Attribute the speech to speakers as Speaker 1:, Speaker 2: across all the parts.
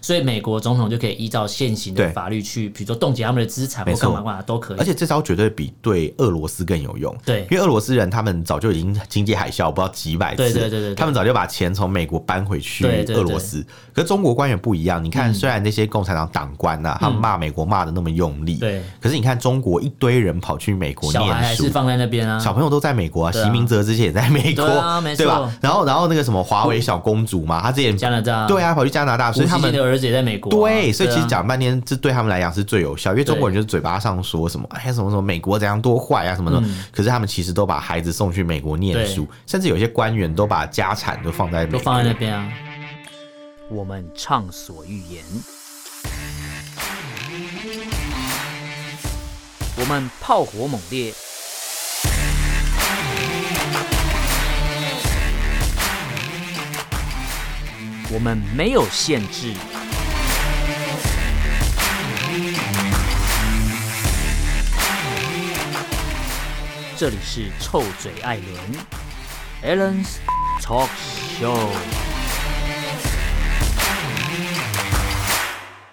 Speaker 1: 所以美国总统就可以依照现行的
Speaker 2: 对
Speaker 1: 法律去，比如说冻结他们的资产或
Speaker 2: 没
Speaker 1: 干
Speaker 2: 错
Speaker 1: 嘛干嘛都可以。
Speaker 2: 而且这招绝对比对俄罗斯更有用，
Speaker 1: 对
Speaker 2: 因为俄罗斯人他们早就已经经济海啸，不知道几百次，
Speaker 1: 对对对对对
Speaker 2: 他们早就把钱从美国搬回去
Speaker 1: 对对对嗯
Speaker 2: 俄罗斯。可是中国官员不一样，你看，虽然那些共产党党官呐、啊，他们骂美国骂的那么用力，
Speaker 1: 对
Speaker 2: 可是你看中国一堆人跑去美国
Speaker 1: 小孩
Speaker 2: 念
Speaker 1: 还
Speaker 2: 书
Speaker 1: 是。放在那边啊，
Speaker 2: 小朋友都在美国啊，
Speaker 1: 对啊
Speaker 2: 席明哲之前也在美国，
Speaker 1: 对啊没错
Speaker 2: 吧？然后，然后那个什么华为小公主嘛，她之前
Speaker 1: 加拿大
Speaker 2: 对啊，跑去加拿大，
Speaker 1: 胡
Speaker 2: 所以
Speaker 1: 锡
Speaker 2: 他们
Speaker 1: 进的儿子也在美国啊、
Speaker 2: 对，所以其实
Speaker 1: 啊
Speaker 2: 讲半天，这对他们来讲是最有效，因为中国人就是嘴巴上说什么
Speaker 1: 嗯
Speaker 2: 哎呀什么什么美国怎样多坏啊什么什么，可是他们其实都把孩子送去美国念书，甚至有些官员都把家产都放在美
Speaker 1: 都
Speaker 2: 国。
Speaker 1: 放在那边啊。我们畅所欲言，我们炮火猛烈，我们没有限制。这里是臭嘴艾伦 Allen's Talk Show。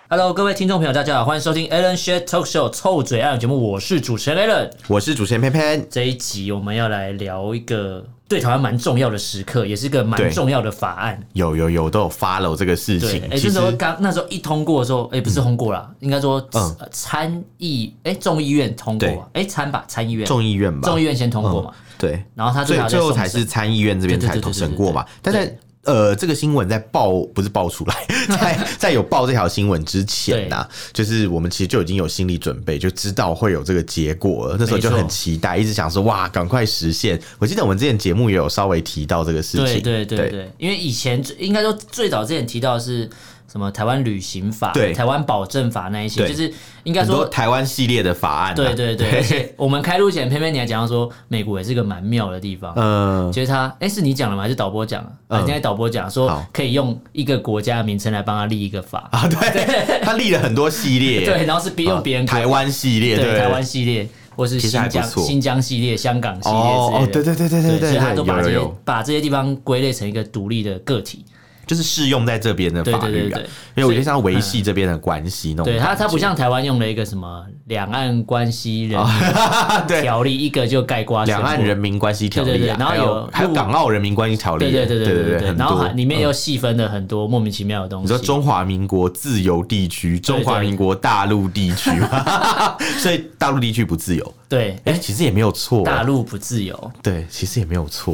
Speaker 1: Hello，各位听众朋友，大家好，欢迎收听 Allen s h a t Talk Show 臭嘴艾伦节目，我是主持人 Allen。
Speaker 2: 我是主持人偏偏，
Speaker 1: 这一集我们要来聊一个对台湾蛮重要的时刻，也是一个蛮
Speaker 2: 对
Speaker 1: 重要的法案。
Speaker 2: 有有有都有 follow 这个事
Speaker 1: 对
Speaker 2: 情，，
Speaker 1: 哎，
Speaker 2: 其
Speaker 1: 这
Speaker 2: 实
Speaker 1: 时候刚那时候一通过的时候，哎，不是通过啦，应该说
Speaker 2: 嗯
Speaker 1: 呃参议哎众议院通过
Speaker 2: 对
Speaker 1: 吧，哎参吧参议院，
Speaker 2: 众议院吧，
Speaker 1: 众议院先通过嘛，
Speaker 2: 对，
Speaker 1: 然后他
Speaker 2: 最
Speaker 1: 最后
Speaker 2: 最后
Speaker 1: 再送
Speaker 2: 才
Speaker 1: 审
Speaker 2: 是参议院这边
Speaker 1: 对对
Speaker 2: 才
Speaker 1: 对对对
Speaker 2: 审
Speaker 1: 对
Speaker 2: 过嘛，但在。呃，这个新闻在爆不是爆出来， 在在有爆这条新闻之前呐、就是我们其实就已经有心理准备，就知道会有这个结果了。那时候就
Speaker 1: 没错
Speaker 2: 很期待，一直想说哇，赶快实现。我记得我们之前节目也有稍微提到这个事
Speaker 1: 对
Speaker 2: 情，
Speaker 1: 对对对，因为以前最应该说最早之前提到的是什么台湾旅行法、
Speaker 2: 对
Speaker 1: 台湾保证法那一些，
Speaker 2: 对
Speaker 1: 就是应该
Speaker 2: 很多
Speaker 1: 说。
Speaker 2: 台湾系列的法案、啊，
Speaker 1: 对对对，而且我们开路前，偏偏你还讲到说，美国也是个蛮妙的地方。
Speaker 2: 嗯、
Speaker 1: 其实他，哎，是你讲的吗？还是导播讲啊？啊，今天导播讲说
Speaker 2: 好
Speaker 1: 可以用一个国家的名称来帮他立一个法，
Speaker 2: 啊，对，他立了很多系 列，
Speaker 1: 对，然后是别用别人
Speaker 2: 啊台湾系列，
Speaker 1: 对
Speaker 2: 对
Speaker 1: 台湾系列，或是
Speaker 2: 其实
Speaker 1: 新
Speaker 2: 还
Speaker 1: 疆
Speaker 2: 不错
Speaker 1: 新疆系列、香港系列之类
Speaker 2: 哦
Speaker 1: 的
Speaker 2: 哦，对对对对对
Speaker 1: 所以他
Speaker 2: 对，
Speaker 1: 都把
Speaker 2: 有
Speaker 1: 这些
Speaker 2: 有有，
Speaker 1: 把这些地方归类成一个独立的个体。
Speaker 2: 就是适用在这边的法律啊
Speaker 1: 对对对对，
Speaker 2: 因为我觉得像维系这边的关系那种
Speaker 1: 对
Speaker 2: 感觉，
Speaker 1: 它，它不像台湾用了一个什么两岸关系 人
Speaker 2: 对
Speaker 1: 条例，一个就盖瓜全
Speaker 2: 两
Speaker 1: 部
Speaker 2: 岸人民关系条例啊，
Speaker 1: 对对对然后
Speaker 2: 还
Speaker 1: 有
Speaker 2: 有还有港澳人民关系条例
Speaker 1: 对
Speaker 2: 啊，
Speaker 1: 对对
Speaker 2: 对
Speaker 1: 对对对
Speaker 2: 对
Speaker 1: 对，
Speaker 2: 很
Speaker 1: 然后还
Speaker 2: 多。嗯
Speaker 1: 里面有细分的很多莫名其妙的东
Speaker 2: 你
Speaker 1: 西
Speaker 2: 说。中华民国自由地区，中华民国大陆地区 嘛，所以大陆地区不自由，
Speaker 1: 对，
Speaker 2: 哎，其实也没有错，
Speaker 1: 大陆不自由，
Speaker 2: 对，其实也没有 错，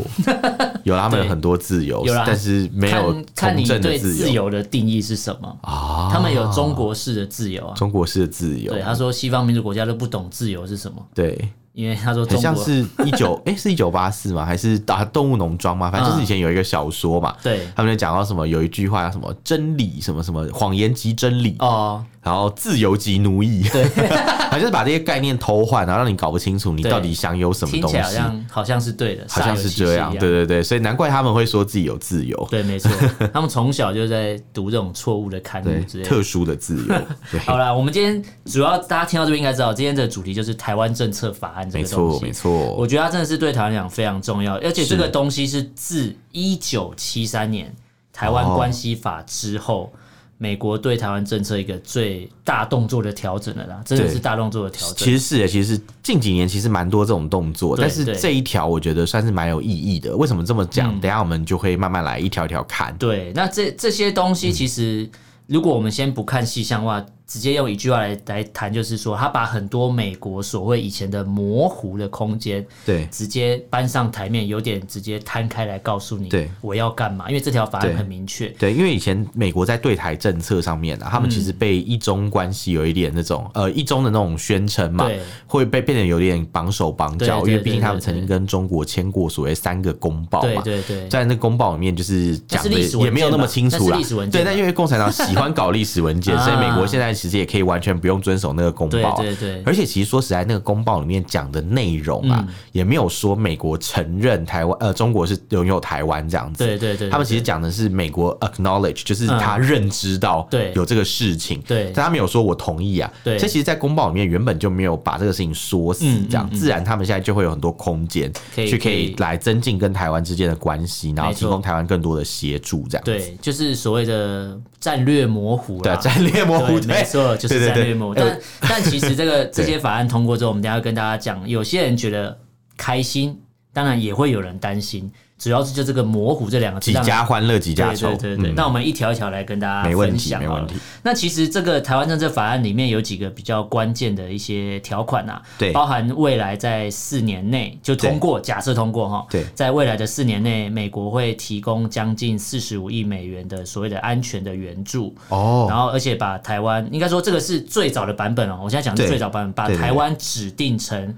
Speaker 2: 有啦他们有
Speaker 1: 对
Speaker 2: 很多自由
Speaker 1: 有啦，
Speaker 2: 但是没有
Speaker 1: 看看
Speaker 2: 从
Speaker 1: 你
Speaker 2: 政的
Speaker 1: 对自
Speaker 2: 由
Speaker 1: 由的定义是什么？
Speaker 2: 啊。
Speaker 1: 他们有中国式的自由啊。
Speaker 2: 中国式的自由
Speaker 1: 对，，他说西方民主国家都不懂自由是什么，
Speaker 2: 对，
Speaker 1: 因为他说
Speaker 2: 很
Speaker 1: 中
Speaker 2: 像
Speaker 1: 国
Speaker 2: 是一九 哎，是一九八四吗？还是打动物农庄吗？反正就是以前有一个小说嘛，
Speaker 1: 嗯对
Speaker 2: 他们就讲到什么有一句话叫什么真理什么什么谎言即真理，
Speaker 1: 哦，
Speaker 2: 然后自由即奴役，对， 反正就是把这些概念偷换，然后让你搞不清楚你
Speaker 1: 对
Speaker 2: 到底享有什么
Speaker 1: 听
Speaker 2: 东
Speaker 1: 起
Speaker 2: 西
Speaker 1: 来，好像好像是对的，
Speaker 2: 好像
Speaker 1: 煞
Speaker 2: 是
Speaker 1: 有其事
Speaker 2: 这
Speaker 1: 一
Speaker 2: 样，对对对，所以难怪他们会说自己有自由，
Speaker 1: 对，没错， 他们从小就在读这种错误的刊物
Speaker 2: 对
Speaker 1: 之类，的。
Speaker 2: 特殊的自 由，对，
Speaker 1: 好啦，我们今天主要大家听到这边应该知道，今天的主题就是台湾政策法案这
Speaker 2: 没
Speaker 1: 个东
Speaker 2: 错嗯
Speaker 1: 西。
Speaker 2: 没
Speaker 1: 我
Speaker 2: 错，
Speaker 1: 觉得它真的是对台湾来讲非常重要，而且这个东西是自一九七三年台湾关系法之
Speaker 2: 哦
Speaker 1: 后，美国对台湾政策一个最大动作的调整了啦，真的
Speaker 2: 对
Speaker 1: 是大动作的调整。
Speaker 2: 其实是耶，其实是近几年其实蛮多这种动作，
Speaker 1: 哦对
Speaker 2: 但是
Speaker 1: 对嗯
Speaker 2: 这一条我觉得算是蛮有意义的。为什么这么讲？等一下我们就会慢慢来一条一条看。
Speaker 1: 对，那这这些东
Speaker 2: 嗯
Speaker 1: 西其实，如果我们先不看细项的话，直接用一句话来来谈，就是说，他把很多美国所谓以前的模糊的空间，
Speaker 2: 对
Speaker 1: 直接搬上台面，有点直接摊开来告诉你，
Speaker 2: 对
Speaker 1: 我要干嘛？因为这条法案
Speaker 2: 对
Speaker 1: 很明确，
Speaker 2: 对，因为以前美国在对台政策上面啊，他们
Speaker 1: 嗯
Speaker 2: 其实被一中关系有一点那种、呃一中的那种宣称嘛
Speaker 1: 对，
Speaker 2: 会被变得有点绑手绑
Speaker 1: 对
Speaker 2: 脚，因
Speaker 1: 对
Speaker 2: 为毕竟他们
Speaker 1: 对对
Speaker 2: 曾经跟中国签过所谓三个公报
Speaker 1: 对
Speaker 2: 嘛。
Speaker 1: 对对，
Speaker 2: 在那公报里面，就是讲的
Speaker 1: 那是历史文件吧
Speaker 2: 也没有那么清楚
Speaker 1: 那
Speaker 2: 啦
Speaker 1: 是历史文。件
Speaker 2: 对，
Speaker 1: 吧
Speaker 2: 但因为共产党喜欢搞历史 文件，
Speaker 1: 啊
Speaker 2: 所以美国现在其实也可以完全不用遵守那个公报。
Speaker 1: 对对对嗯
Speaker 2: 而且其实说实在，那个公报里面讲的内容啊，也没有说美国承认台湾呃中国是拥有台湾这样子。
Speaker 1: 对对对，
Speaker 2: 他们其
Speaker 1: 实
Speaker 2: 实讲的是美国 acknowledge，就是他认知到
Speaker 1: 嗯对
Speaker 2: 有这个事情，
Speaker 1: 对
Speaker 2: 但他没有说我同意啊。
Speaker 1: 对
Speaker 2: 这其实，在公报里面原本就没有把这个事情说死
Speaker 1: 嗯，
Speaker 2: 这样自然他们现在就会有很多空间
Speaker 1: 可以
Speaker 2: 去可
Speaker 1: 可以
Speaker 2: 以来增进跟台湾之间的关系，然后
Speaker 1: 没错
Speaker 2: 提供台湾更多的协助，这样子。
Speaker 1: 对，就是所谓的战略模糊
Speaker 2: 对啊
Speaker 1: 啦。
Speaker 2: 战略模
Speaker 1: 对
Speaker 2: 糊，对
Speaker 1: 没错，就是
Speaker 2: 对对
Speaker 1: 战
Speaker 2: 对
Speaker 1: 略模糊。
Speaker 2: 哎我
Speaker 1: 但但其实这 个这些法案通过之后，我们等一下要跟大家讲，有些人觉得开心，当然也会有人担心，主要是就这个模糊这两个字
Speaker 2: 几
Speaker 1: 让人
Speaker 2: 家欢乐几家
Speaker 1: 对
Speaker 2: 愁，
Speaker 1: 对对对，
Speaker 2: 嗯
Speaker 1: 那我们一条一条来跟大家
Speaker 2: 没问
Speaker 1: 分
Speaker 2: 题，
Speaker 1: 享
Speaker 2: 没
Speaker 1: 好
Speaker 2: 问
Speaker 1: 了
Speaker 2: 题。。
Speaker 1: 那其实这个台湾政策法案里面有几个比较关键的一些条款啊，
Speaker 2: 对
Speaker 1: 包含未来在四年内就通过，假设通过哈，
Speaker 2: 对
Speaker 1: 在未来的四年内，美国会提供将近四十五亿美元的所谓的安全的援助，
Speaker 2: 哦，
Speaker 1: 然后而且把台湾应该说这个是最早的版本哦，我现在讲的
Speaker 2: 对
Speaker 1: 是最早版本，把
Speaker 2: 对对对
Speaker 1: 台湾指定成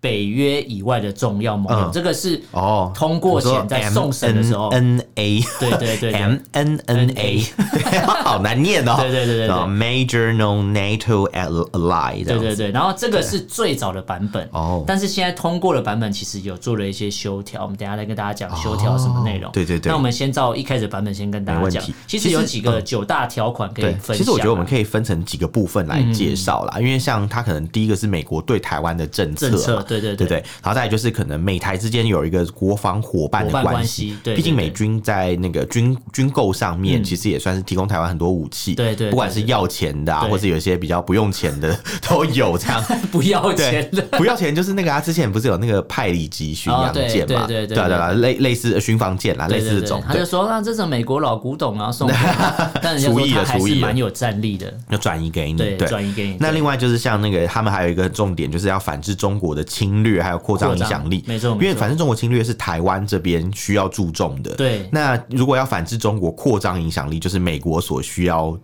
Speaker 1: 北约以外的重要盟友，
Speaker 2: 嗯
Speaker 1: 这个是
Speaker 2: 哦，
Speaker 1: 通过前在送审的时候
Speaker 2: N A，
Speaker 1: 对对对对
Speaker 2: M N N A，对， 好难念哦。
Speaker 1: 对对对对对
Speaker 2: 啊，Major Non NATO Ally，这
Speaker 1: 对
Speaker 2: 样
Speaker 1: 对
Speaker 2: 子
Speaker 1: 对，然后这个是最早的版本
Speaker 2: 哦
Speaker 1: 但是现在通过的版本其实有做了一些修条，我们等一下再跟大家讲修条什么内容。
Speaker 2: 哦对对对
Speaker 1: 那我们先照一开始的版本先跟大家
Speaker 2: 没
Speaker 1: 讲
Speaker 2: 问题，
Speaker 1: 其
Speaker 2: 其
Speaker 1: 实
Speaker 2: 实哦
Speaker 1: 有几个九大条款可以分享啊。嗯
Speaker 2: 其实我觉得我们可以分成几个部分来介绍啦，因为像它可能第一个是美国对台湾的政策嘛，
Speaker 1: 政策啊对对
Speaker 2: 对
Speaker 1: 对
Speaker 2: 不对，然后再来就是可能美台之间有一个国防伙伴的
Speaker 1: 伙伴
Speaker 2: 关
Speaker 1: 关
Speaker 2: 系
Speaker 1: 系，对
Speaker 2: 毕竟
Speaker 1: 对
Speaker 2: 美
Speaker 1: 对
Speaker 2: 军在那个军军购上面其实也算是提供台湾很多武器，
Speaker 1: 对对对
Speaker 2: 不管是要钱的啊，
Speaker 1: 对
Speaker 2: 或是有一些比较不用钱 的都有这样。
Speaker 1: 不要
Speaker 2: 对
Speaker 1: 钱的。，
Speaker 2: 不要钱就是那个啊，之前不是有那个派里级巡
Speaker 1: 哦
Speaker 2: 洋
Speaker 1: 对
Speaker 2: 舰嘛，
Speaker 1: 对对对
Speaker 2: 啊
Speaker 1: 对
Speaker 2: 啊类类似呃巡防舰啦，类
Speaker 1: 对
Speaker 2: 似
Speaker 1: 对
Speaker 2: 这
Speaker 1: 对
Speaker 2: 种，，
Speaker 1: 他
Speaker 2: 对
Speaker 1: 就说啊那这是美国老古董，然后送给 他，但人家
Speaker 2: 厨
Speaker 1: 说
Speaker 2: 艺
Speaker 1: 他
Speaker 2: 的
Speaker 1: 还
Speaker 2: 厨
Speaker 1: 是
Speaker 2: 艺的
Speaker 1: 蛮有战力的，
Speaker 2: 要转移给你，
Speaker 1: 对，转移给你。
Speaker 2: 啊嗯那
Speaker 1: 对
Speaker 2: 另外就是像那个，他们还有一个重点，就是要反制中国的侵略，还有扩张
Speaker 1: 扩
Speaker 2: 影
Speaker 1: 张
Speaker 2: 响力。
Speaker 1: 没错
Speaker 2: 因
Speaker 1: 没
Speaker 2: 为
Speaker 1: 错
Speaker 2: 反正中国侵略是台湾这边需要注重的。
Speaker 1: 对
Speaker 2: 那如果要反制中国扩张影响力，就是美国所需要注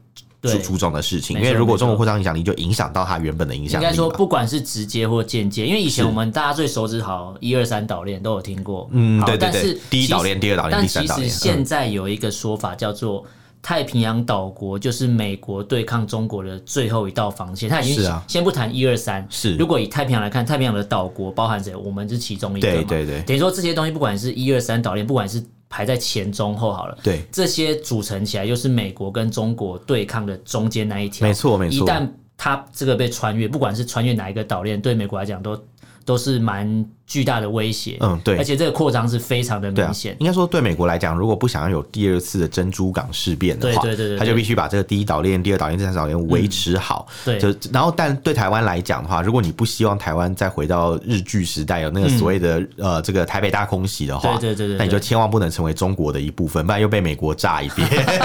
Speaker 1: 对
Speaker 2: 注重的事情。因
Speaker 1: 没错
Speaker 2: 为如果中国
Speaker 1: 没错
Speaker 2: 扩张影响力，就影响到它原本的影响
Speaker 1: 应
Speaker 2: 力嘛。
Speaker 1: 该说，不管是直接或间接，因为以前我们大家最熟知好一二三岛链都有听过，
Speaker 2: 嗯，
Speaker 1: 好
Speaker 2: 对对
Speaker 1: 但是
Speaker 2: 对，第一
Speaker 1: 其实
Speaker 2: 岛链、第二岛链、
Speaker 1: 但
Speaker 2: 第
Speaker 1: 其
Speaker 2: 三嗯岛
Speaker 1: 实
Speaker 2: 链。
Speaker 1: 现在有一个说法叫做太平洋岛国，就是美国对抗中国的最后一道防线。它已经
Speaker 2: 是啊
Speaker 1: 先不谈一二三，
Speaker 2: 是
Speaker 1: 如果以太平洋来看，太平洋的岛国包含谁？我们是其中一个嘛。
Speaker 2: 对对对
Speaker 1: 等于说这些东西，不管是一二三岛链，不管是排在前中后好了，
Speaker 2: 对
Speaker 1: 这些组成起来又是美国跟中国对抗的中间那一条。
Speaker 2: 没错没错
Speaker 1: 一旦它这个被穿越，不管是穿越哪一个岛链，对美国来讲都都是蛮巨大的威胁。
Speaker 2: 嗯对
Speaker 1: 而且这个扩张是非常的
Speaker 2: 对啊
Speaker 1: 明显，。
Speaker 2: 应该说对美国来讲，如果不想要有第二次的珍珠港事变的话，
Speaker 1: 对对对对对嗯
Speaker 2: 他就必须把这个第一岛链、第二岛链、第三岛链维持好。
Speaker 1: 对
Speaker 2: 就然后但对台湾来讲的话，如果你不希望台湾再回到日剧时代有那个所谓的、呃这个台北大空袭的话，
Speaker 1: 嗯对对对对对
Speaker 2: 那你就千万不能成为中国的一部分，不然又被美国炸一遍，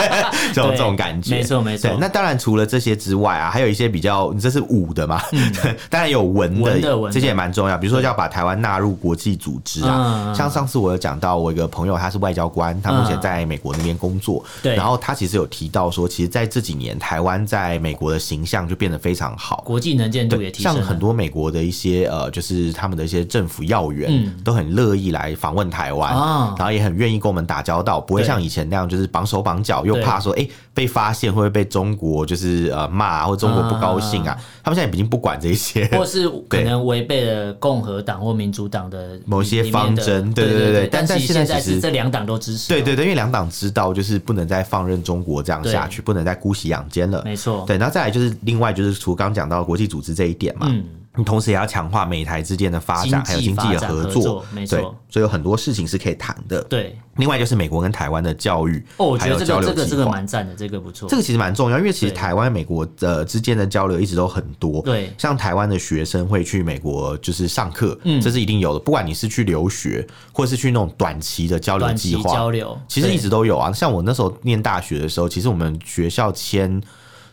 Speaker 2: 这种
Speaker 1: 对
Speaker 2: 这种感觉。
Speaker 1: 没错没错
Speaker 2: 对那当然除了这些之外啊，还有一些比较，你这是武的嘛？ 当然有文的，
Speaker 1: 嗯文的文的
Speaker 2: 这些也蛮重要。比如说要把台湾纳入国际组织啊，
Speaker 1: 嗯
Speaker 2: 像上次我有讲到，我一个朋友他是外交官，他目前在美国那边工作，
Speaker 1: 嗯对
Speaker 2: 然后他其实有提到说，其实在这几年台湾在美国的形象就变得非常好。
Speaker 1: 国际能见度也提升
Speaker 2: 像
Speaker 1: 了，
Speaker 2: 很多美国的一些呃，就是他们的一些政府要员，
Speaker 1: 嗯
Speaker 2: 都很乐意来访问台湾，
Speaker 1: 啊
Speaker 2: 然后也很愿意跟我们打交道，不会
Speaker 1: 对
Speaker 2: 像以前那样就是绑手绑脚，又
Speaker 1: 对
Speaker 2: 怕说哎、诶被发现会不会被中国就是呃骂啊、或者中国不高兴啊。他们现在已经不管这些，
Speaker 1: 或是可能违背了共和党或民主党的
Speaker 2: 某些
Speaker 1: 里面
Speaker 2: 方
Speaker 1: 的
Speaker 2: 针对
Speaker 1: 对
Speaker 2: 对对对
Speaker 1: 对
Speaker 2: 但
Speaker 1: 但
Speaker 2: 但
Speaker 1: 其实
Speaker 2: 现在
Speaker 1: 现在
Speaker 2: 其实
Speaker 1: 是这两党都支持，啊
Speaker 2: 对，对对，因为两党知道就是不能再放任中国这样下去，不能再姑息养奸了。
Speaker 1: 没错，
Speaker 2: 对，然后再来就是另外就是除刚讲到国际组织这一点嘛，
Speaker 1: 嗯
Speaker 2: 你同时也要强化美台之间的发展，
Speaker 1: 经济
Speaker 2: 还有经济的
Speaker 1: 发展合
Speaker 2: 合作，
Speaker 1: 作没错
Speaker 2: 对，所以有很多事情是可以谈的。
Speaker 1: 对。
Speaker 2: 另外就是美国跟台湾的教育，
Speaker 1: 哦，我觉
Speaker 2: 还有
Speaker 1: 得这
Speaker 2: 交
Speaker 1: 个
Speaker 2: 流
Speaker 1: 这个
Speaker 2: 计
Speaker 1: 这个
Speaker 2: 划
Speaker 1: 蛮赞的，这个不错。
Speaker 2: 这个其实蛮重要，因为其实
Speaker 1: 对
Speaker 2: 台湾美国呃之间的交流一直都很多。
Speaker 1: 对
Speaker 2: 像台湾的学生会去美国就是上课，
Speaker 1: 嗯
Speaker 2: 这是一定有的。不管你是去留学，或是去那种短期的交流
Speaker 1: 短
Speaker 2: 计
Speaker 1: 期
Speaker 2: 划，
Speaker 1: 交流，
Speaker 2: 其实
Speaker 1: 对
Speaker 2: 一直都有啊。像我那时候念大学的时候，其实我们学校签。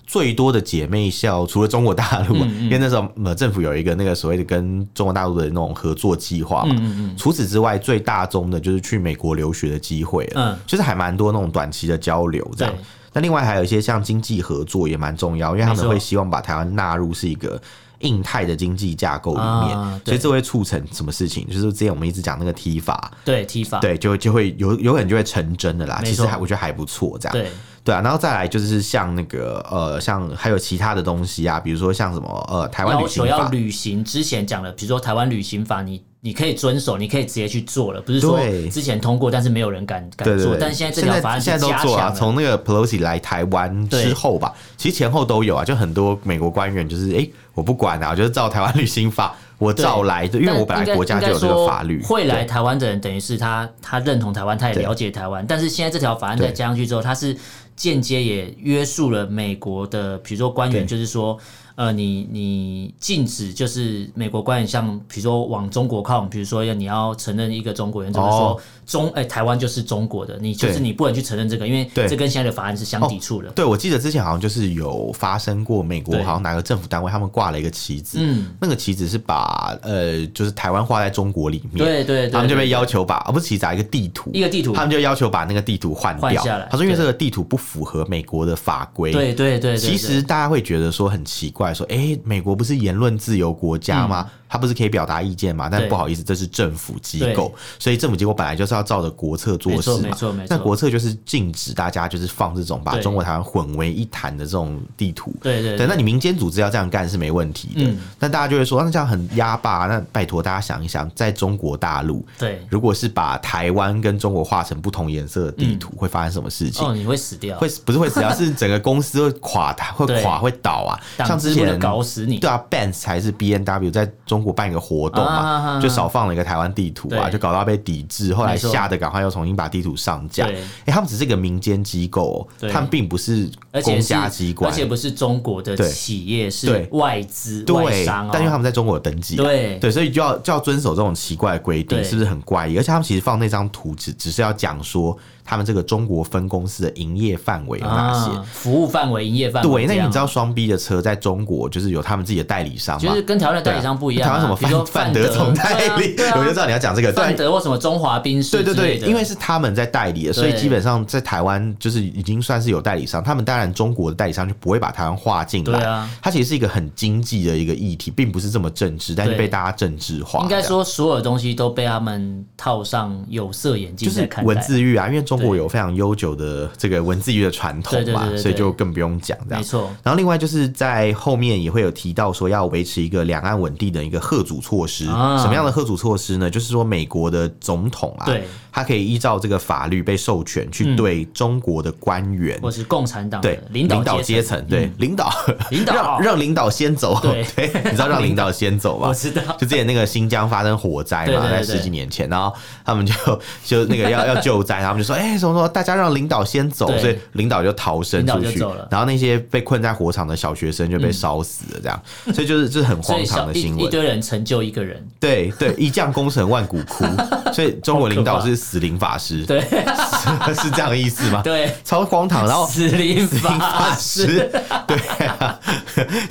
Speaker 2: 最多的姐妹校除了中国大
Speaker 1: 嗯
Speaker 2: 陆嘛，因为那时候呃政府有一个那个所谓的跟中国大陆的那种合作计划嘛。
Speaker 1: 嗯
Speaker 2: 除此之外，最大宗的就是去美国留学的机会了，
Speaker 1: 嗯
Speaker 2: 就是还蛮多那种短期的交流这样
Speaker 1: 对。
Speaker 2: 那另外还有一些像经济合作也蛮重要，因为他们
Speaker 1: 没错
Speaker 2: 会希望把台湾纳入是一个印太的经济架构里面，
Speaker 1: 啊
Speaker 2: 所
Speaker 1: 对
Speaker 2: 以这会促成什么事情？就是之前我们一直讲那个 T 法，
Speaker 1: 对踢法，
Speaker 2: 对，就就会有有可能就会成真的啦。
Speaker 1: 啊没
Speaker 2: 其实
Speaker 1: 错
Speaker 2: 还我觉得还不错，这样
Speaker 1: 对
Speaker 2: 对啊。然后再来就是像那个呃，像还有其他的东西啊，比如说像什么呃，台湾
Speaker 1: 要
Speaker 2: 旅行
Speaker 1: 求要
Speaker 2: 法，
Speaker 1: 旅行之前讲的，比如说台湾旅行法，你你可以遵守，你可以直接去做了，不是说
Speaker 2: 对
Speaker 1: 之前通过，但是没有人敢敢
Speaker 2: 对对
Speaker 1: 做
Speaker 2: 对，。
Speaker 1: 但现在这条法案是
Speaker 2: 现在
Speaker 1: 加
Speaker 2: 都做啊，
Speaker 1: 强了，
Speaker 2: 从那个 Pelosi 来台湾
Speaker 1: 对
Speaker 2: 之后吧，其实前后都有啊，就很多美国官员就是哎、诶我不管啊，我就是照台湾旅行法，我照来，因为
Speaker 1: 但
Speaker 2: 我本
Speaker 1: 应
Speaker 2: 来
Speaker 1: 该
Speaker 2: 国家就有这
Speaker 1: 应该
Speaker 2: 个
Speaker 1: 说
Speaker 2: 法律。
Speaker 1: 会来台湾的人，等于是他他认同台湾，他也
Speaker 2: 对
Speaker 1: 了解台湾。但是现在这条法案再
Speaker 2: 对
Speaker 1: 加上去之后，它是间接也约束了美国的，比如说官员，
Speaker 2: 对
Speaker 1: 就是说。呃，你你禁止就是美国官员像比如说往中国靠拢，比如说你要承认一个中国原则，比如说
Speaker 2: 哦
Speaker 1: 中哎、台湾就是中国的，你就是
Speaker 2: 对
Speaker 1: 你不能去承认这个，因为
Speaker 2: 对哦
Speaker 1: 这跟现在的法案是相抵触的。
Speaker 2: 对，我记得之前好像就是有发生过，美国
Speaker 1: 对
Speaker 2: 好像哪个政府单位他们挂了一个旗子，
Speaker 1: 嗯，
Speaker 2: 那个旗子是把呃，就是台湾画在中国里面，
Speaker 1: 对对对，
Speaker 2: 他们就被
Speaker 1: 对
Speaker 2: 要求把，啊、不是旗子、啊，一个地图，
Speaker 1: 一个地图
Speaker 2: 他，们就要求把那个地图换
Speaker 1: 换
Speaker 2: 掉
Speaker 1: 下来。
Speaker 2: 他说因为
Speaker 1: 对
Speaker 2: 这个地图不符合美国的法规，
Speaker 1: 对对对对，
Speaker 2: 其
Speaker 1: 对
Speaker 2: 实大家会觉得说很奇怪，说哎、诶美国不是言论自由国家吗？他不是可以表达意见吗？但
Speaker 1: 嗯对
Speaker 2: 不好意思，这是政府机构，所以政府机构本来就是要照着国策做事
Speaker 1: 没错没
Speaker 2: 嘛
Speaker 1: 错没。错
Speaker 2: 那国策就是禁止大家就是放这种把
Speaker 1: 对
Speaker 2: 中国台湾混为一谈的这种地图。
Speaker 1: 对对
Speaker 2: 对，那你民间组织要这样干是没问题的
Speaker 1: 嗯，
Speaker 2: 那大家就会说，啊那这样很压霸。那拜托大家想一想，在中国大陆，
Speaker 1: 对
Speaker 2: 如果是把台湾跟中国画成不同颜色的地图，会发生什么事情？
Speaker 1: 嗯哦，你会死掉，
Speaker 2: 会不是会死掉，是整个公司会 垮台，会
Speaker 1: 对
Speaker 2: 垮会倒啊。
Speaker 1: 党
Speaker 2: 像
Speaker 1: 支
Speaker 2: 之
Speaker 1: 部的
Speaker 2: 前
Speaker 1: 搞死你。
Speaker 2: 对啊，Benz 还是 B N W 在中国办一个活动
Speaker 1: 啊啊啊啊
Speaker 2: 嘛，就少放了一个台湾地图啊，
Speaker 1: 对
Speaker 2: 就搞到被抵制，后来
Speaker 1: 没错
Speaker 2: 吓得赶快又重新把地图上架。
Speaker 1: 对
Speaker 2: 哎，他们只是个民间机构哦
Speaker 1: 对，
Speaker 2: 他们并不是
Speaker 1: 而且
Speaker 2: 公
Speaker 1: 是
Speaker 2: 家机关
Speaker 1: 而，且不是中国的
Speaker 2: 对
Speaker 1: 企业，是
Speaker 2: 对
Speaker 1: 外资外
Speaker 2: 对，
Speaker 1: 商哦。
Speaker 2: 但因为他们在中国有登记啊。
Speaker 1: 对
Speaker 2: 对，所以就要就要遵守这种奇怪的规定，
Speaker 1: 对
Speaker 2: 是不是很怪异？而且他们其实放那张图只只是要讲说他们这个中国分公司的营业范围有哪些，
Speaker 1: 啊，服务范围、营业范围
Speaker 2: 对，
Speaker 1: 这
Speaker 2: 那
Speaker 1: 样，
Speaker 2: 你知道双 B 的车在中国就是有他们自己的代理商吗？
Speaker 1: 就是跟台湾的代理商不一样啊。
Speaker 2: 台湾什么
Speaker 1: 比如说
Speaker 2: 范
Speaker 1: 范
Speaker 2: 德
Speaker 1: 德
Speaker 2: 总代理，
Speaker 1: 对啊对啊
Speaker 2: 我就知道你要讲这个。
Speaker 1: 范
Speaker 2: 对
Speaker 1: 德或什么中华冰室
Speaker 2: 对对
Speaker 1: 之类
Speaker 2: 对，
Speaker 1: 的
Speaker 2: 因为是他们在代理的，所以
Speaker 1: 对
Speaker 2: 基本上在台湾就是已经算是有代理商。他们当然中国的代理商就不会把台湾划进
Speaker 1: 对
Speaker 2: 来
Speaker 1: 啊，
Speaker 2: 它其实是一个很经济的一个议题，并不是这么政治，但是
Speaker 1: 对
Speaker 2: 被大家政治化。
Speaker 1: 应该
Speaker 2: 这样。
Speaker 1: 说所有东西都被他们套上有色眼镜
Speaker 2: 就
Speaker 1: 在
Speaker 2: 是
Speaker 1: 看待。
Speaker 2: 文字狱啊，因为中国
Speaker 1: 对
Speaker 2: 有非常悠久的这个文字狱的传统
Speaker 1: 对对对
Speaker 2: 嘛
Speaker 1: 对，对
Speaker 2: 所以就更不用讲这样
Speaker 1: 没。错，
Speaker 2: 然后另外就是在后面也会有提到说要维持一个两岸稳定的一个贺阻措施，
Speaker 1: 啊
Speaker 2: 什么样的贺阻措施呢？就是说美国的总统啊，
Speaker 1: 对，
Speaker 2: 他可以依照这个法律被授权去对中国的官员。
Speaker 1: 或是共产党的
Speaker 2: 对
Speaker 1: 嗯领导
Speaker 2: 阶
Speaker 1: 层，嗯
Speaker 2: 层，对领导，
Speaker 1: 领导
Speaker 2: 让让领导先走，
Speaker 1: 对
Speaker 2: 你知道让领导先走吧
Speaker 1: 我？知道。
Speaker 2: 就之前那个新疆发生火灾
Speaker 1: 对对
Speaker 2: 嘛，
Speaker 1: 对
Speaker 2: 在
Speaker 1: 对
Speaker 2: 十几年前，然后他们就 就那个要要救灾，他们就说，哎、 什么什么，大家让领导先走，
Speaker 1: 对
Speaker 2: 所以领导就逃生
Speaker 1: 领导
Speaker 2: 出
Speaker 1: 就
Speaker 2: 去
Speaker 1: 走了，嗯
Speaker 2: 然后那些被困在火场的小学生就被烧死了，这样，所以就是这、是很
Speaker 1: 所
Speaker 2: 荒
Speaker 1: 以
Speaker 2: 唐
Speaker 1: 小
Speaker 2: 的
Speaker 1: 一
Speaker 2: 新
Speaker 1: 一
Speaker 2: 闻。
Speaker 1: 堆人成就一个人，
Speaker 2: 对对，一将功成万骨 枯，所以中国领
Speaker 1: 好
Speaker 2: 导
Speaker 1: 可怕
Speaker 2: 是死灵法师，
Speaker 1: 对
Speaker 2: 是是这样的意思吗？
Speaker 1: 对，
Speaker 2: 超荒唐，啊然后。
Speaker 1: 死灵法
Speaker 2: 法
Speaker 1: 师
Speaker 2: 师， 对啊，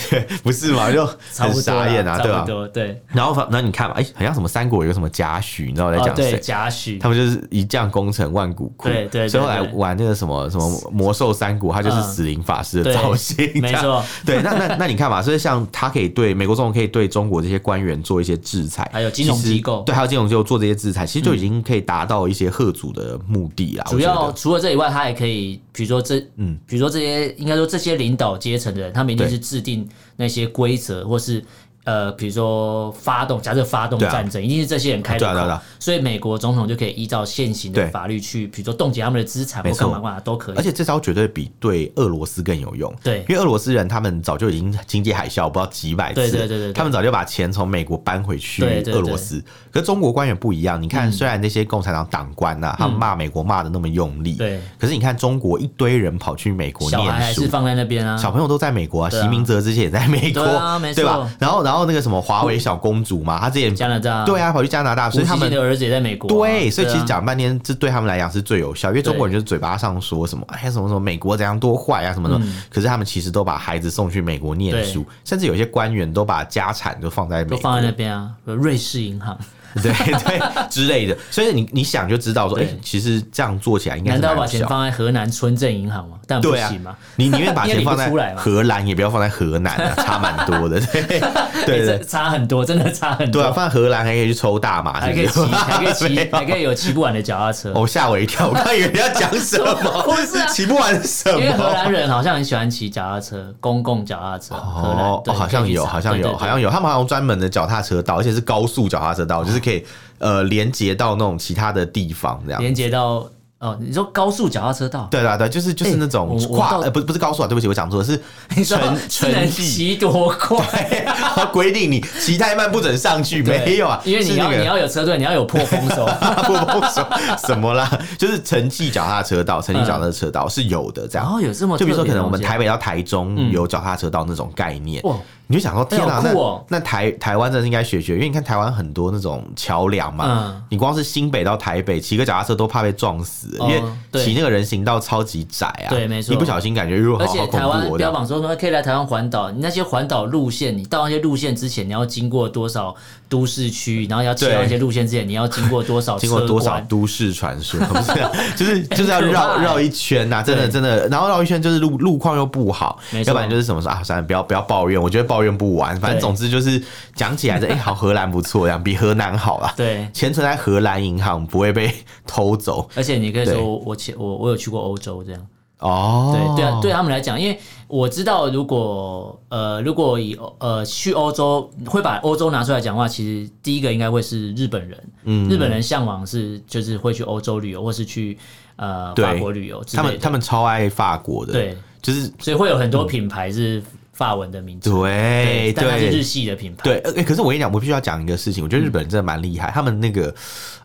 Speaker 2: 对，不是嘛？就
Speaker 1: 差
Speaker 2: 很
Speaker 1: 不多
Speaker 2: 傻眼啊，
Speaker 1: 啦
Speaker 2: 对吧、
Speaker 1: 差不多对。
Speaker 2: 然后反，然后你看嘛，哎、很像什么三国有个什么贾诩，你知道我在
Speaker 1: 哦，
Speaker 2: 讲谁？
Speaker 1: 对，贾诩
Speaker 2: 他，们就是一将功成万骨枯，
Speaker 1: 对对对
Speaker 2: 所以后来
Speaker 1: 对
Speaker 2: 玩那个什么什么魔兽三国，他就是
Speaker 1: 嗯
Speaker 2: 死灵法师的
Speaker 1: 对
Speaker 2: 造型，
Speaker 1: 没
Speaker 2: 这样
Speaker 1: 错。
Speaker 2: 对，那那那你看嘛，所以像他可以对美国总统可以对中国这些官员做一些制裁，
Speaker 1: 还有金融
Speaker 2: 其实
Speaker 1: 机构嗯
Speaker 2: 对，还有金融机构做这些制裁，其实就已经可以达到一些贺主的目的啦。
Speaker 1: 主
Speaker 2: 啊我
Speaker 1: 要
Speaker 2: 觉得
Speaker 1: 除了这以外，他也可以，比如说这，嗯
Speaker 2: 嗯，
Speaker 1: 比如说这些，应该说这些领导阶层的人，他们一定
Speaker 2: 对
Speaker 1: 是制定那些规则，或是呃，比如说发动，假设发动
Speaker 2: 对啊
Speaker 1: 战争，一定是这些人开的
Speaker 2: 对啊对啊对
Speaker 1: 口
Speaker 2: 啊，
Speaker 1: 所以美国总统就可以依照现行的
Speaker 2: 对
Speaker 1: 法律去，比如说冻结他们的资产或
Speaker 2: 没
Speaker 1: 干
Speaker 2: 错
Speaker 1: 嘛干嘛都可以
Speaker 2: 而。且这招绝对比对俄罗斯更有用，
Speaker 1: 对
Speaker 2: 因为俄罗斯人他们早就已经经济海啸，不知道几百次了，
Speaker 1: 对对对对对
Speaker 2: 他们早就把钱从美国搬回去
Speaker 1: 对嗯对对
Speaker 2: 俄罗斯。可是中国官员不一样，你看，虽然那些共产党党官呐、他们骂美国骂的那么用力，
Speaker 1: 嗯对，
Speaker 2: 可是你看中国一堆人跑去美国
Speaker 1: 小孩还
Speaker 2: 念
Speaker 1: 是
Speaker 2: 书。
Speaker 1: 放在那边啊，
Speaker 2: 小朋友都在美国啊，
Speaker 1: 对啊
Speaker 2: 席明哲之前也在美国，
Speaker 1: 对啊没错
Speaker 2: 对吧？然后，然后那个什么华为小公主嘛，她之前
Speaker 1: 加拿大，
Speaker 2: 对，啊，跑去加拿大，
Speaker 1: 胡
Speaker 2: 所以他
Speaker 1: 锡进
Speaker 2: 们
Speaker 1: 的儿子也在美国啊，
Speaker 2: 对，所以其
Speaker 1: 啊
Speaker 2: 实讲半天，这对他们来讲是最有效，因为中国人就是嘴巴上说什么
Speaker 1: 嗯
Speaker 2: 哎什么什么美国怎样多坏啊什么什么，可是他们其实都把孩子送去美国念书，甚至有些官员都把家产都放在美
Speaker 1: 都
Speaker 2: 国，
Speaker 1: 放在那边啊，比如瑞士银行，
Speaker 2: 对对之类的，所以你你想就知道说，哎、
Speaker 1: 对
Speaker 2: 其实这样做起来应该
Speaker 1: 难
Speaker 2: 是
Speaker 1: 道
Speaker 2: 蛮
Speaker 1: 把
Speaker 2: 有
Speaker 1: 钱
Speaker 2: 效。
Speaker 1: 放在河南村镇银行吗？但不
Speaker 2: 对啊
Speaker 1: 行嘛，
Speaker 2: 你宁愿把
Speaker 1: 因为
Speaker 2: 钱
Speaker 1: 理不
Speaker 2: 放在
Speaker 1: 出来嘛
Speaker 2: 荷兰，也不要放在河南 啊，差蛮多的。对对对
Speaker 1: 欸这差很多，真的差很多。
Speaker 2: 对啊，放在荷兰还可以去抽大麻，
Speaker 1: 还可以
Speaker 2: 是
Speaker 1: 骑，
Speaker 2: 不是
Speaker 1: 还可以
Speaker 2: 哎没
Speaker 1: 骑，
Speaker 2: 有
Speaker 1: 还可以有骑不完的脚踏车。
Speaker 2: 哦，吓我一跳，我刚以为你要讲什么，
Speaker 1: 不是啊
Speaker 2: 骑不完什么。
Speaker 1: 因为荷兰人好像很喜欢骑脚踏车，公共脚踏车。荷兰
Speaker 2: 哦，
Speaker 1: 对
Speaker 2: 好像有，好像有，好像
Speaker 1: 有。
Speaker 2: 有，他们好像有专门的脚踏车道，而且是高速脚踏车道，就是可以呃连接到那种其他的地方这样。
Speaker 1: 连接到哦，你说高速脚踏车道，
Speaker 2: 对啦，对，就是就是
Speaker 1: 欸
Speaker 2: 那种
Speaker 1: 我我
Speaker 2: 跨，
Speaker 1: 到
Speaker 2: 呃，不是不是高速啊，对不起，我讲错了，是
Speaker 1: 你说
Speaker 2: 城
Speaker 1: 是 能
Speaker 2: 城 际，
Speaker 1: 骑多快？
Speaker 2: 它规定你骑太慢不准上去，
Speaker 1: 对
Speaker 2: 没有啊，
Speaker 1: 因为
Speaker 2: 是
Speaker 1: 你
Speaker 2: 那
Speaker 1: 要
Speaker 2: 个
Speaker 1: 你要有车队，你要有破风手。
Speaker 2: 不不手什么啦，就是城际脚踏车道，
Speaker 1: 嗯
Speaker 2: 城际脚踏车道是有的，这
Speaker 1: 然
Speaker 2: 样。
Speaker 1: 后有这么
Speaker 2: 就比如说，
Speaker 1: 特别
Speaker 2: 可
Speaker 1: 的
Speaker 2: 能我们
Speaker 1: 东西啊嗯
Speaker 2: 台北到台中有脚踏车道那种概念，
Speaker 1: 哇，
Speaker 2: 你就想说，天啊，
Speaker 1: 哎好酷哦
Speaker 2: 那那台台湾真的是应该学学，因为你看台湾很多那种桥梁嘛，
Speaker 1: 嗯
Speaker 2: 你光是新北到台北骑个脚踏车都怕被撞死，
Speaker 1: 哦
Speaker 2: 因为
Speaker 1: 对
Speaker 2: 骑那个人行道超级窄啊，
Speaker 1: 对没错
Speaker 2: 一不小心感觉如果
Speaker 1: 而
Speaker 2: 好
Speaker 1: 且
Speaker 2: 好恐
Speaker 1: 台湾
Speaker 2: 怖哦，这
Speaker 1: 标
Speaker 2: 样
Speaker 1: 榜说什么可以来台湾环岛，你那些环岛路线，你到那些路线之前，你要经过多少都市区，然后要骑
Speaker 2: 对
Speaker 1: 到那些路线之前，你要经过多少
Speaker 2: 经过
Speaker 1: 车
Speaker 2: 多少
Speaker 1: 管
Speaker 2: 都市传说，不是 啊、就是就是要
Speaker 1: 很可怕
Speaker 2: 绕
Speaker 1: 欸
Speaker 2: 绕一圈呐、真的
Speaker 1: 对
Speaker 2: 真的，然后绕一圈就是路路况又不好，
Speaker 1: 没错
Speaker 2: 要不然就是什么说啊，算了，不要不要抱怨，我觉得抱怨不完，反正
Speaker 1: 对
Speaker 2: 总之就是讲起 来这哎、好荷兰不错，这样比荷兰好啦。
Speaker 1: 对，
Speaker 2: 钱存在荷兰银行不会被偷走
Speaker 1: 而且你可以
Speaker 2: 对
Speaker 1: 说我我去我我有去过欧洲这样。
Speaker 2: 哦。
Speaker 1: 对对啊，对他们来讲，因为我知道，如果呃，如果以呃去欧洲，会把欧洲拿出来讲的话，其实第一个应该会是日本人。嗯，日本人向往是就是会去欧洲旅游，或是去呃
Speaker 2: 对
Speaker 1: 法国旅游之类
Speaker 2: 他
Speaker 1: 的。
Speaker 2: 们他们超爱法国的，
Speaker 1: 对，
Speaker 2: 就是
Speaker 1: 所以会有很多品牌是法文的名字，
Speaker 2: 嗯对
Speaker 1: 但它是日
Speaker 2: 对。
Speaker 1: 系的品牌。
Speaker 2: 对，呃欸可是我跟你讲，我必须要讲一个事情。我
Speaker 1: 嗯
Speaker 2: 觉得日本人真的蛮厉害，他们那个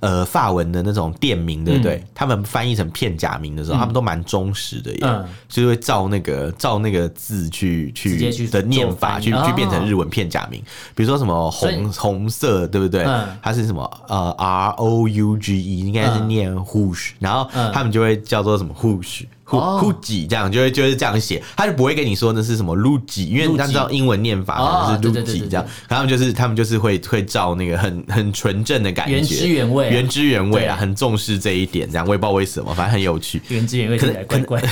Speaker 2: 呃法文的那种店名，对不对？他们翻译成片假名的时候，他们都蛮忠实的耶，
Speaker 1: 嗯
Speaker 2: 就是会照那个照那个字去
Speaker 1: 直接
Speaker 2: 去
Speaker 1: 去
Speaker 2: 的念
Speaker 1: 做
Speaker 2: 法
Speaker 1: 翻译
Speaker 2: 去去
Speaker 1: 哦
Speaker 2: 变成日文片假名。比如说什么
Speaker 1: 所以
Speaker 2: 红红色，对不对
Speaker 1: 嗯？
Speaker 2: 它是什么呃 R O U G E，应该是
Speaker 1: 嗯
Speaker 2: 念 hush，然后他们就会叫做什么 hush。户
Speaker 1: 哦
Speaker 2: 户籍这样就会就是这样写，他就不会跟你说那是什么路籍，因为他知道英文念法可能
Speaker 1: 哦
Speaker 2: 是
Speaker 1: 对对
Speaker 2: l
Speaker 1: 对
Speaker 2: 籍
Speaker 1: 对
Speaker 2: 这样，然后他们就是他们就是会会照那个很很纯正的感觉，
Speaker 1: 原汁原味啊
Speaker 2: 原汁原味啊，
Speaker 1: 对。
Speaker 2: 很重视这一点，这样我也不知道为什么，反正很有趣
Speaker 1: 原汁原味听起来怪怪。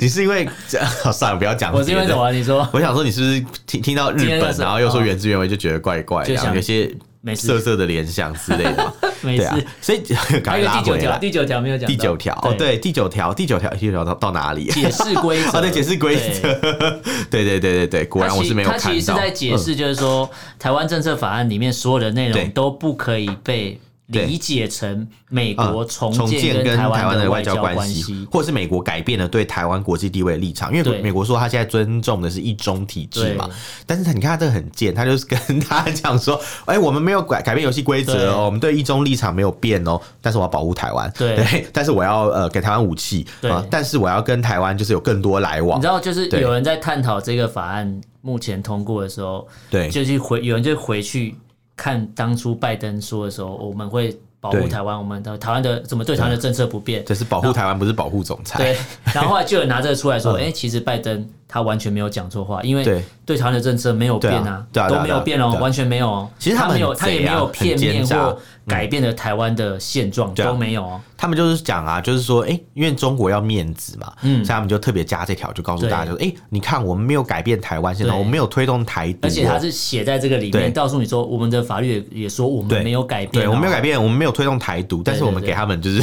Speaker 2: 你是因为好算了，不要讲，
Speaker 1: 我是因为什？么？你说
Speaker 2: 我想说，你是不是听听到日
Speaker 1: 今天
Speaker 2: 本
Speaker 1: 那，是
Speaker 2: 然后又说
Speaker 1: 哦
Speaker 2: 原汁原味，就觉得怪怪这
Speaker 1: 就
Speaker 2: 样，
Speaker 1: 想
Speaker 2: 有些
Speaker 1: 没事
Speaker 2: 色色的联想之类的嘛，
Speaker 1: 没
Speaker 2: 对
Speaker 1: 事
Speaker 2: 啊。，所以
Speaker 1: 还
Speaker 2: 赶快
Speaker 1: 有
Speaker 2: 拉
Speaker 1: 第九
Speaker 2: 回
Speaker 1: 条，
Speaker 2: 来。
Speaker 1: 第九条没有讲到。
Speaker 2: 第九条，哦，
Speaker 1: 对，
Speaker 2: 对，第九条，第九条，第九条到到哪里？
Speaker 1: 解释规则。
Speaker 2: 哦，对，解释规
Speaker 1: 对
Speaker 2: 则，对 对对对对，果然我是没有
Speaker 1: 他
Speaker 2: 看到。嗯
Speaker 1: 其他其实是在解释，就是说、台湾政策法案里面所有的内
Speaker 2: 对
Speaker 1: 容都不可以被理解成美国重
Speaker 2: 嗯重建
Speaker 1: 建
Speaker 2: 跟
Speaker 1: 台
Speaker 2: 台湾
Speaker 1: 的
Speaker 2: 外
Speaker 1: 交
Speaker 2: 交关
Speaker 1: 系。
Speaker 2: 或者是美国改变了对台湾国际地位的立场，因为
Speaker 1: 对
Speaker 2: 美国说他现在尊重的是一中体制嘛
Speaker 1: 对，
Speaker 2: 但是他你看他这个很贱，他就是跟 大家讲说，哎、我们没有改改变游戏规则哦，
Speaker 1: 对
Speaker 2: 我们对一中立场没有变哦，但是我要保护台湾，
Speaker 1: 对
Speaker 2: 但是我要呃给台湾武器
Speaker 1: 对
Speaker 2: 啊，但是我要跟台湾就是有更多来往
Speaker 1: 你知，道，就是
Speaker 2: 对
Speaker 1: 有人在探讨这个法案目前通过的时候，
Speaker 2: 对
Speaker 1: 就去回有人就回去看当初拜登说的时候，我们会保
Speaker 2: 对
Speaker 1: 护台湾，我们的台湾的怎么对台湾的政策不变。
Speaker 2: 这是保护台湾，不是保护总裁，
Speaker 1: 对， 然后后来就有人拿这个出来说，
Speaker 2: 嗯
Speaker 1: 哎、其实拜登他完全没有讲错话，因为
Speaker 2: 对
Speaker 1: 对台湾的政策没有变啊，
Speaker 2: 对啊对啊对啊
Speaker 1: 都没有变哦、
Speaker 2: 对啊
Speaker 1: 完全没有哦、
Speaker 2: 其实他
Speaker 1: 他
Speaker 2: 们
Speaker 1: 没有，
Speaker 2: 很
Speaker 1: 他也
Speaker 2: 贼啊
Speaker 1: 没有片
Speaker 2: 很奸
Speaker 1: 面
Speaker 2: 诈嗯
Speaker 1: 或改变了台湾的现状、
Speaker 2: 对啊
Speaker 1: 都没有哦、
Speaker 2: 他们就是讲啊，就是说，哎、因为中国要面子嘛，嗯，所以他们就特别加这条，就告诉大家，就是，哎、你看我们没有改变台湾现状，
Speaker 1: 对
Speaker 2: 我们没有推动台独哦、
Speaker 1: 而且他是写在这个里
Speaker 2: 对
Speaker 1: 面，告诉你说我们的法律也也说我
Speaker 2: 对
Speaker 1: 们没有改变、
Speaker 2: 对，
Speaker 1: 哦
Speaker 2: 我们没有改变，我们没有推动台独，但是我们
Speaker 1: 对
Speaker 2: 给他们就是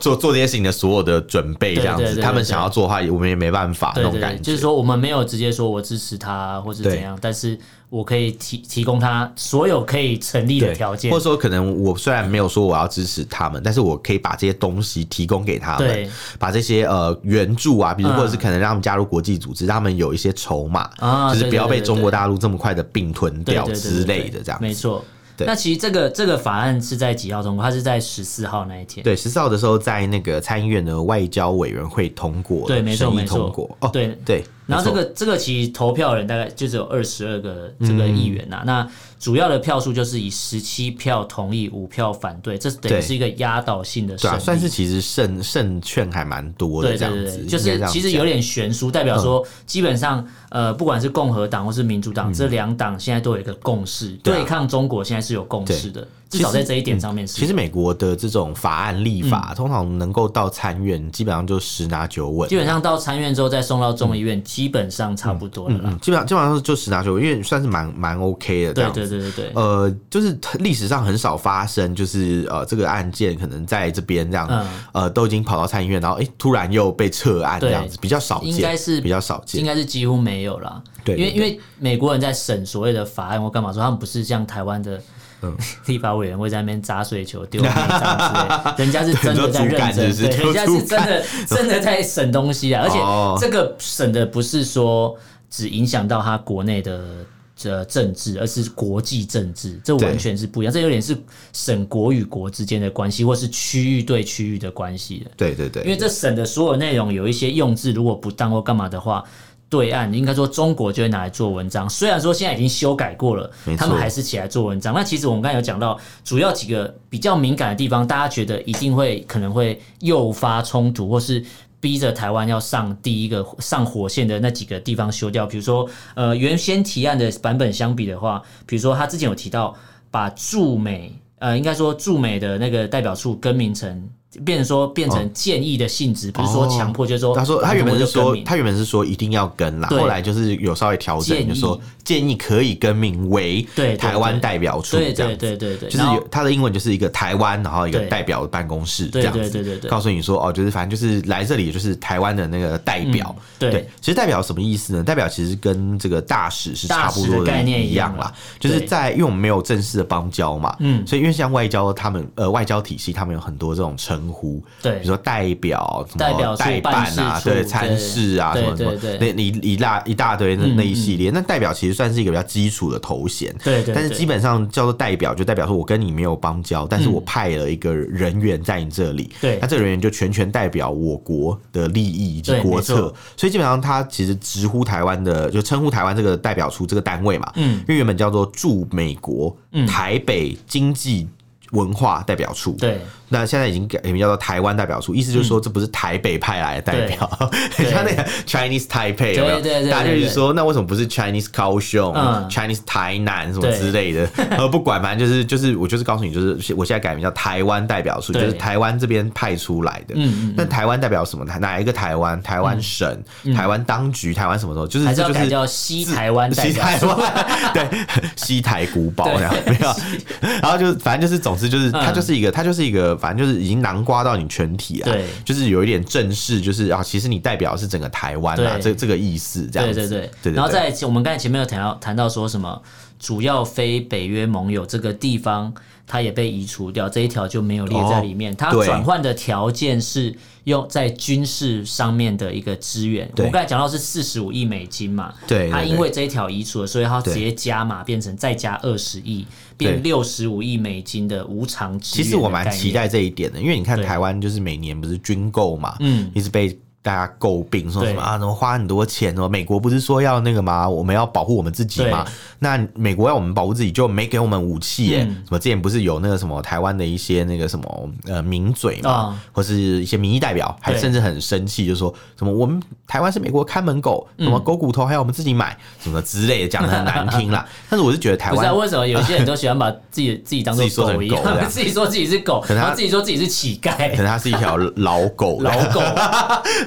Speaker 2: 做做这些事情的所有的准备，这样
Speaker 1: 对对
Speaker 2: 子，
Speaker 1: 对对
Speaker 2: 他们想要做的话，我们也没办法那
Speaker 1: 对
Speaker 2: 种
Speaker 1: 对
Speaker 2: 感
Speaker 1: 对，
Speaker 2: 觉，
Speaker 1: 就是说我们没有直接说我支持他或是
Speaker 2: 对
Speaker 1: 怎样，但是我可以提提供他所有可以成立的
Speaker 2: 对，
Speaker 1: 条件
Speaker 2: 或者，说可能我虽然没有说我要支持他们，但是我可以把这些东西提供给他们
Speaker 1: 对，
Speaker 2: 把这些呃援助啊，比如
Speaker 1: 嗯
Speaker 2: 或者是可能让他们加入国际组织，让他们有一些筹码，
Speaker 1: 啊
Speaker 2: 就是
Speaker 1: 对
Speaker 2: 不要
Speaker 1: 对
Speaker 2: 被
Speaker 1: 对
Speaker 2: 中国
Speaker 1: 对
Speaker 2: 大陆这么快的并吞
Speaker 1: 对
Speaker 2: 掉
Speaker 1: 对对对
Speaker 2: 之
Speaker 1: 对
Speaker 2: 类的这样。
Speaker 1: 没错。
Speaker 2: 对
Speaker 1: 那其实这个这个法案是在几号通过？它是在十四号那一天。
Speaker 2: 对，十四号的时候，在那个参议院的外交委员会通过了，
Speaker 1: 对没错
Speaker 2: 审议
Speaker 1: 没错
Speaker 2: 通过哦，
Speaker 1: 对
Speaker 2: 对，
Speaker 1: 然后这
Speaker 2: 没错嗯
Speaker 1: 个这个其实投票人大概就只有二十二个这个议员呐、那主要的票数就是以十七票同意、五票反对，这等
Speaker 2: 对
Speaker 1: 于是一个压倒性的
Speaker 2: 对
Speaker 1: 胜利。
Speaker 2: 啊，算是其实胜胜券还蛮多的
Speaker 1: 对
Speaker 2: 这
Speaker 1: 对
Speaker 2: 样
Speaker 1: 对
Speaker 2: 子，
Speaker 1: 对，就
Speaker 2: 应该
Speaker 1: 是
Speaker 2: 这样
Speaker 1: 其实
Speaker 2: 讲嗯
Speaker 1: 有点悬殊，代表说基本上呃，不管是共和党或是民主党、这两党现在都有一个共识，
Speaker 2: 对啊
Speaker 1: 对抗中国现在是有共识的，至少在这一点上面是。
Speaker 2: 嗯其实美国的这种法案立法，通常能够到参院，基本上就十拿九稳
Speaker 1: 嗯基。本上到参院之后再送到众议院，基本上差不多了啦。
Speaker 2: 嗯，基本上基本上就十拿九稳，因为算是蛮蛮 OK 的这
Speaker 1: 对
Speaker 2: 样子。
Speaker 1: 对对对对，
Speaker 2: 呃，就是历史上很少发生，就是呃这个案件可能在这边这样，
Speaker 1: 嗯
Speaker 2: 呃都已经跑到参议院，然后哎、诶突然又被撤案这
Speaker 1: 对
Speaker 2: 样子，比较少见，
Speaker 1: 应该是
Speaker 2: 比较少
Speaker 1: 应
Speaker 2: 见。
Speaker 1: 该是几乎没有啦。
Speaker 2: 对
Speaker 1: 因为
Speaker 2: 对
Speaker 1: 因为美国人在审所谓的法案或干嘛说，他们不是像台湾的
Speaker 2: 嗯
Speaker 1: 立法委员会在那边砸水球、丢面杖之类， 人家是真的在认真，
Speaker 2: 你说
Speaker 1: 对，
Speaker 2: 竹
Speaker 1: 人
Speaker 2: 竿
Speaker 1: 家
Speaker 2: 是
Speaker 1: 是
Speaker 2: 不是
Speaker 1: 真的 真的在审东西啊，而
Speaker 2: 哦
Speaker 1: 且这个审的不是说只影响到他国内的。呃，政治，而是国际政治，这完全是不一样。这有点是省国与国之间的关系，或是区域对区域的关系的。
Speaker 2: 对对对，
Speaker 1: 因为这省的所有内容有一些用字如果不当或干嘛的话，对岸应该说中国就会拿来做文章。虽然说现在已经修改过了
Speaker 2: 没，错
Speaker 1: 他们还是起来做文章。那其实我们刚才有讲到，主要几个比较敏感的地方，大家觉得一定会可能会诱发冲突，或是。逼着台湾要上第一个上火线的那几个地方修掉，比如说，呃，原先提案的版本相比的话，比如说他之前有提到把驻美，呃，应该说驻美的那个代表处更名成，变成说变成建议的性质，不是说强迫，就是说
Speaker 2: 哦他说他原本是
Speaker 1: 我
Speaker 2: 说
Speaker 1: 们就更名
Speaker 2: 他原本是说一定要跟啦，
Speaker 1: 对
Speaker 2: 后来就是有稍微调
Speaker 1: 建
Speaker 2: 整，
Speaker 1: 议
Speaker 2: 就说建议可以更名为
Speaker 1: 对对
Speaker 2: 台湾代表处
Speaker 1: 对
Speaker 2: 这
Speaker 1: 对
Speaker 2: 样子。
Speaker 1: 对对对，
Speaker 2: 就是
Speaker 1: 然后
Speaker 2: 有他的英文就是一个台湾，然后一个
Speaker 1: 对
Speaker 2: 代表办公室这
Speaker 1: 对
Speaker 2: 样
Speaker 1: 对
Speaker 2: 子，
Speaker 1: 对对对
Speaker 2: 告诉你说哦，就是反正就是来这里就是台湾的那个代表。
Speaker 1: 嗯对
Speaker 2: 其实代表什么意思呢？代表其实跟这个大使是差不
Speaker 1: 大使的
Speaker 2: 多
Speaker 1: 概念
Speaker 2: 一
Speaker 1: 一样
Speaker 2: 样啦
Speaker 1: 啦，
Speaker 2: 就是
Speaker 1: 对
Speaker 2: 在因为我们没有正式的邦交嘛，
Speaker 1: 嗯
Speaker 2: 所以因为像外交他们呃外交体系他们有很多这种称呼，
Speaker 1: 对
Speaker 2: 比如说代表什么
Speaker 1: 代表处
Speaker 2: 代办
Speaker 1: 办
Speaker 2: 啊
Speaker 1: 事，处
Speaker 2: 对
Speaker 1: 对
Speaker 2: 参事啊什
Speaker 1: 对
Speaker 2: 么什么
Speaker 1: 对，嗯
Speaker 2: 那
Speaker 1: 对
Speaker 2: 一一大一大堆那那一系列，那代表其实算是一个比较基础的头衔，
Speaker 1: 对对，
Speaker 2: 但是
Speaker 1: 对
Speaker 2: 基本上叫做代表，就代表说我跟你没有邦交，但是我派了一个人员在你这里，
Speaker 1: 对
Speaker 2: 那这个人员就全权代表我国的利益以及
Speaker 1: 对
Speaker 2: 国
Speaker 1: 没
Speaker 2: 策
Speaker 1: 错，
Speaker 2: 所以基本上他其实直呼台湾的，就称呼台湾这个代表处这个单位嘛，
Speaker 1: 嗯
Speaker 2: 因为原本叫做驻美国、台北经济文化代表处，
Speaker 1: 对嗯
Speaker 2: 那现在已经改名叫做台湾代表处，意思就是说这不是台北派来的代表， 很像那个 Chinese Taipei 有没有？
Speaker 1: 对对对
Speaker 2: 大家就
Speaker 1: 对
Speaker 2: 是
Speaker 1: 对
Speaker 2: 说，那为什么不是 Chinese 高雄、
Speaker 1: 嗯
Speaker 2: Chinese 台南什么
Speaker 1: 对
Speaker 2: 之 类的？呃，不管，反正就是就是我就是告诉你，就是我现在改名叫台湾代表处，就
Speaker 1: 对
Speaker 2: 是台湾这边派出来的。
Speaker 1: 嗯嗯
Speaker 2: 那台湾代表什么？哪一个台湾？台湾省、台湾当局、台湾什么时候？就是
Speaker 1: 还是
Speaker 2: 这
Speaker 1: 要
Speaker 2: 就
Speaker 1: 改
Speaker 2: 是
Speaker 1: 叫西台湾代
Speaker 2: 西
Speaker 1: 表
Speaker 2: 台湾，对，西台古堡那样没有，啊然后就反正就是，总之就是，
Speaker 1: 嗯
Speaker 2: 它就是一个，它就是一个，反正就是已经囊括到你全体啊
Speaker 1: 对，
Speaker 2: 就是有一点正式，就是啊，其实你代表的是整个台湾啊，
Speaker 1: 对
Speaker 2: 这这个意思这样
Speaker 1: 对
Speaker 2: 子，
Speaker 1: 对
Speaker 2: 对，
Speaker 1: 然后
Speaker 2: 对
Speaker 1: 在我们刚才前面有谈到谈到说什么主要非北约盟友这个地方，它也被移除掉，这一条就没有列在里面。它
Speaker 2: 哦对
Speaker 1: 转换的条件是用在军事上面的一个支援。
Speaker 2: 对
Speaker 1: 我刚才讲到是四十五亿美金嘛，
Speaker 2: 对对
Speaker 1: 它
Speaker 2: 对
Speaker 1: 因为这一条移除了，所以它
Speaker 2: 对
Speaker 1: 直接加码变成再加二十亿，
Speaker 2: 对
Speaker 1: 变六十五亿美金的无偿支
Speaker 2: 其
Speaker 1: 援。
Speaker 2: 实我蛮期。待这一点的，因为你看
Speaker 1: 对
Speaker 2: 台湾就是每年不是军购嘛，
Speaker 1: 嗯
Speaker 2: 一直被。大家诟病说什么
Speaker 1: 对
Speaker 2: 啊？怎么花很多钱哦？美国不是说要那个吗？我们要保护我们自己嘛？那美国要我们保护自己，就没给我们武器耶、
Speaker 1: 嗯
Speaker 2: 什么之前不是有那个什么台湾的一些那个什么呃名嘴嘛，
Speaker 1: 啊
Speaker 2: 或是一些民意代表，还
Speaker 1: 对
Speaker 2: 甚至很生气，就说什么我们台湾是美国看门狗，
Speaker 1: 嗯
Speaker 2: 什么狗骨头还要我们自己买，什么之类的，讲的很难 听啦。但是我是觉得台
Speaker 1: 不是、
Speaker 2: 湾
Speaker 1: 啊、为什么有些人都喜欢把自己自己当做
Speaker 2: 自己说成
Speaker 1: 狗一样
Speaker 2: 狗这，样
Speaker 1: 自己说自己是狗，
Speaker 2: 能他
Speaker 1: 然后自己说自己是乞丐
Speaker 2: 可。能它是一条老狗，
Speaker 1: 老 狗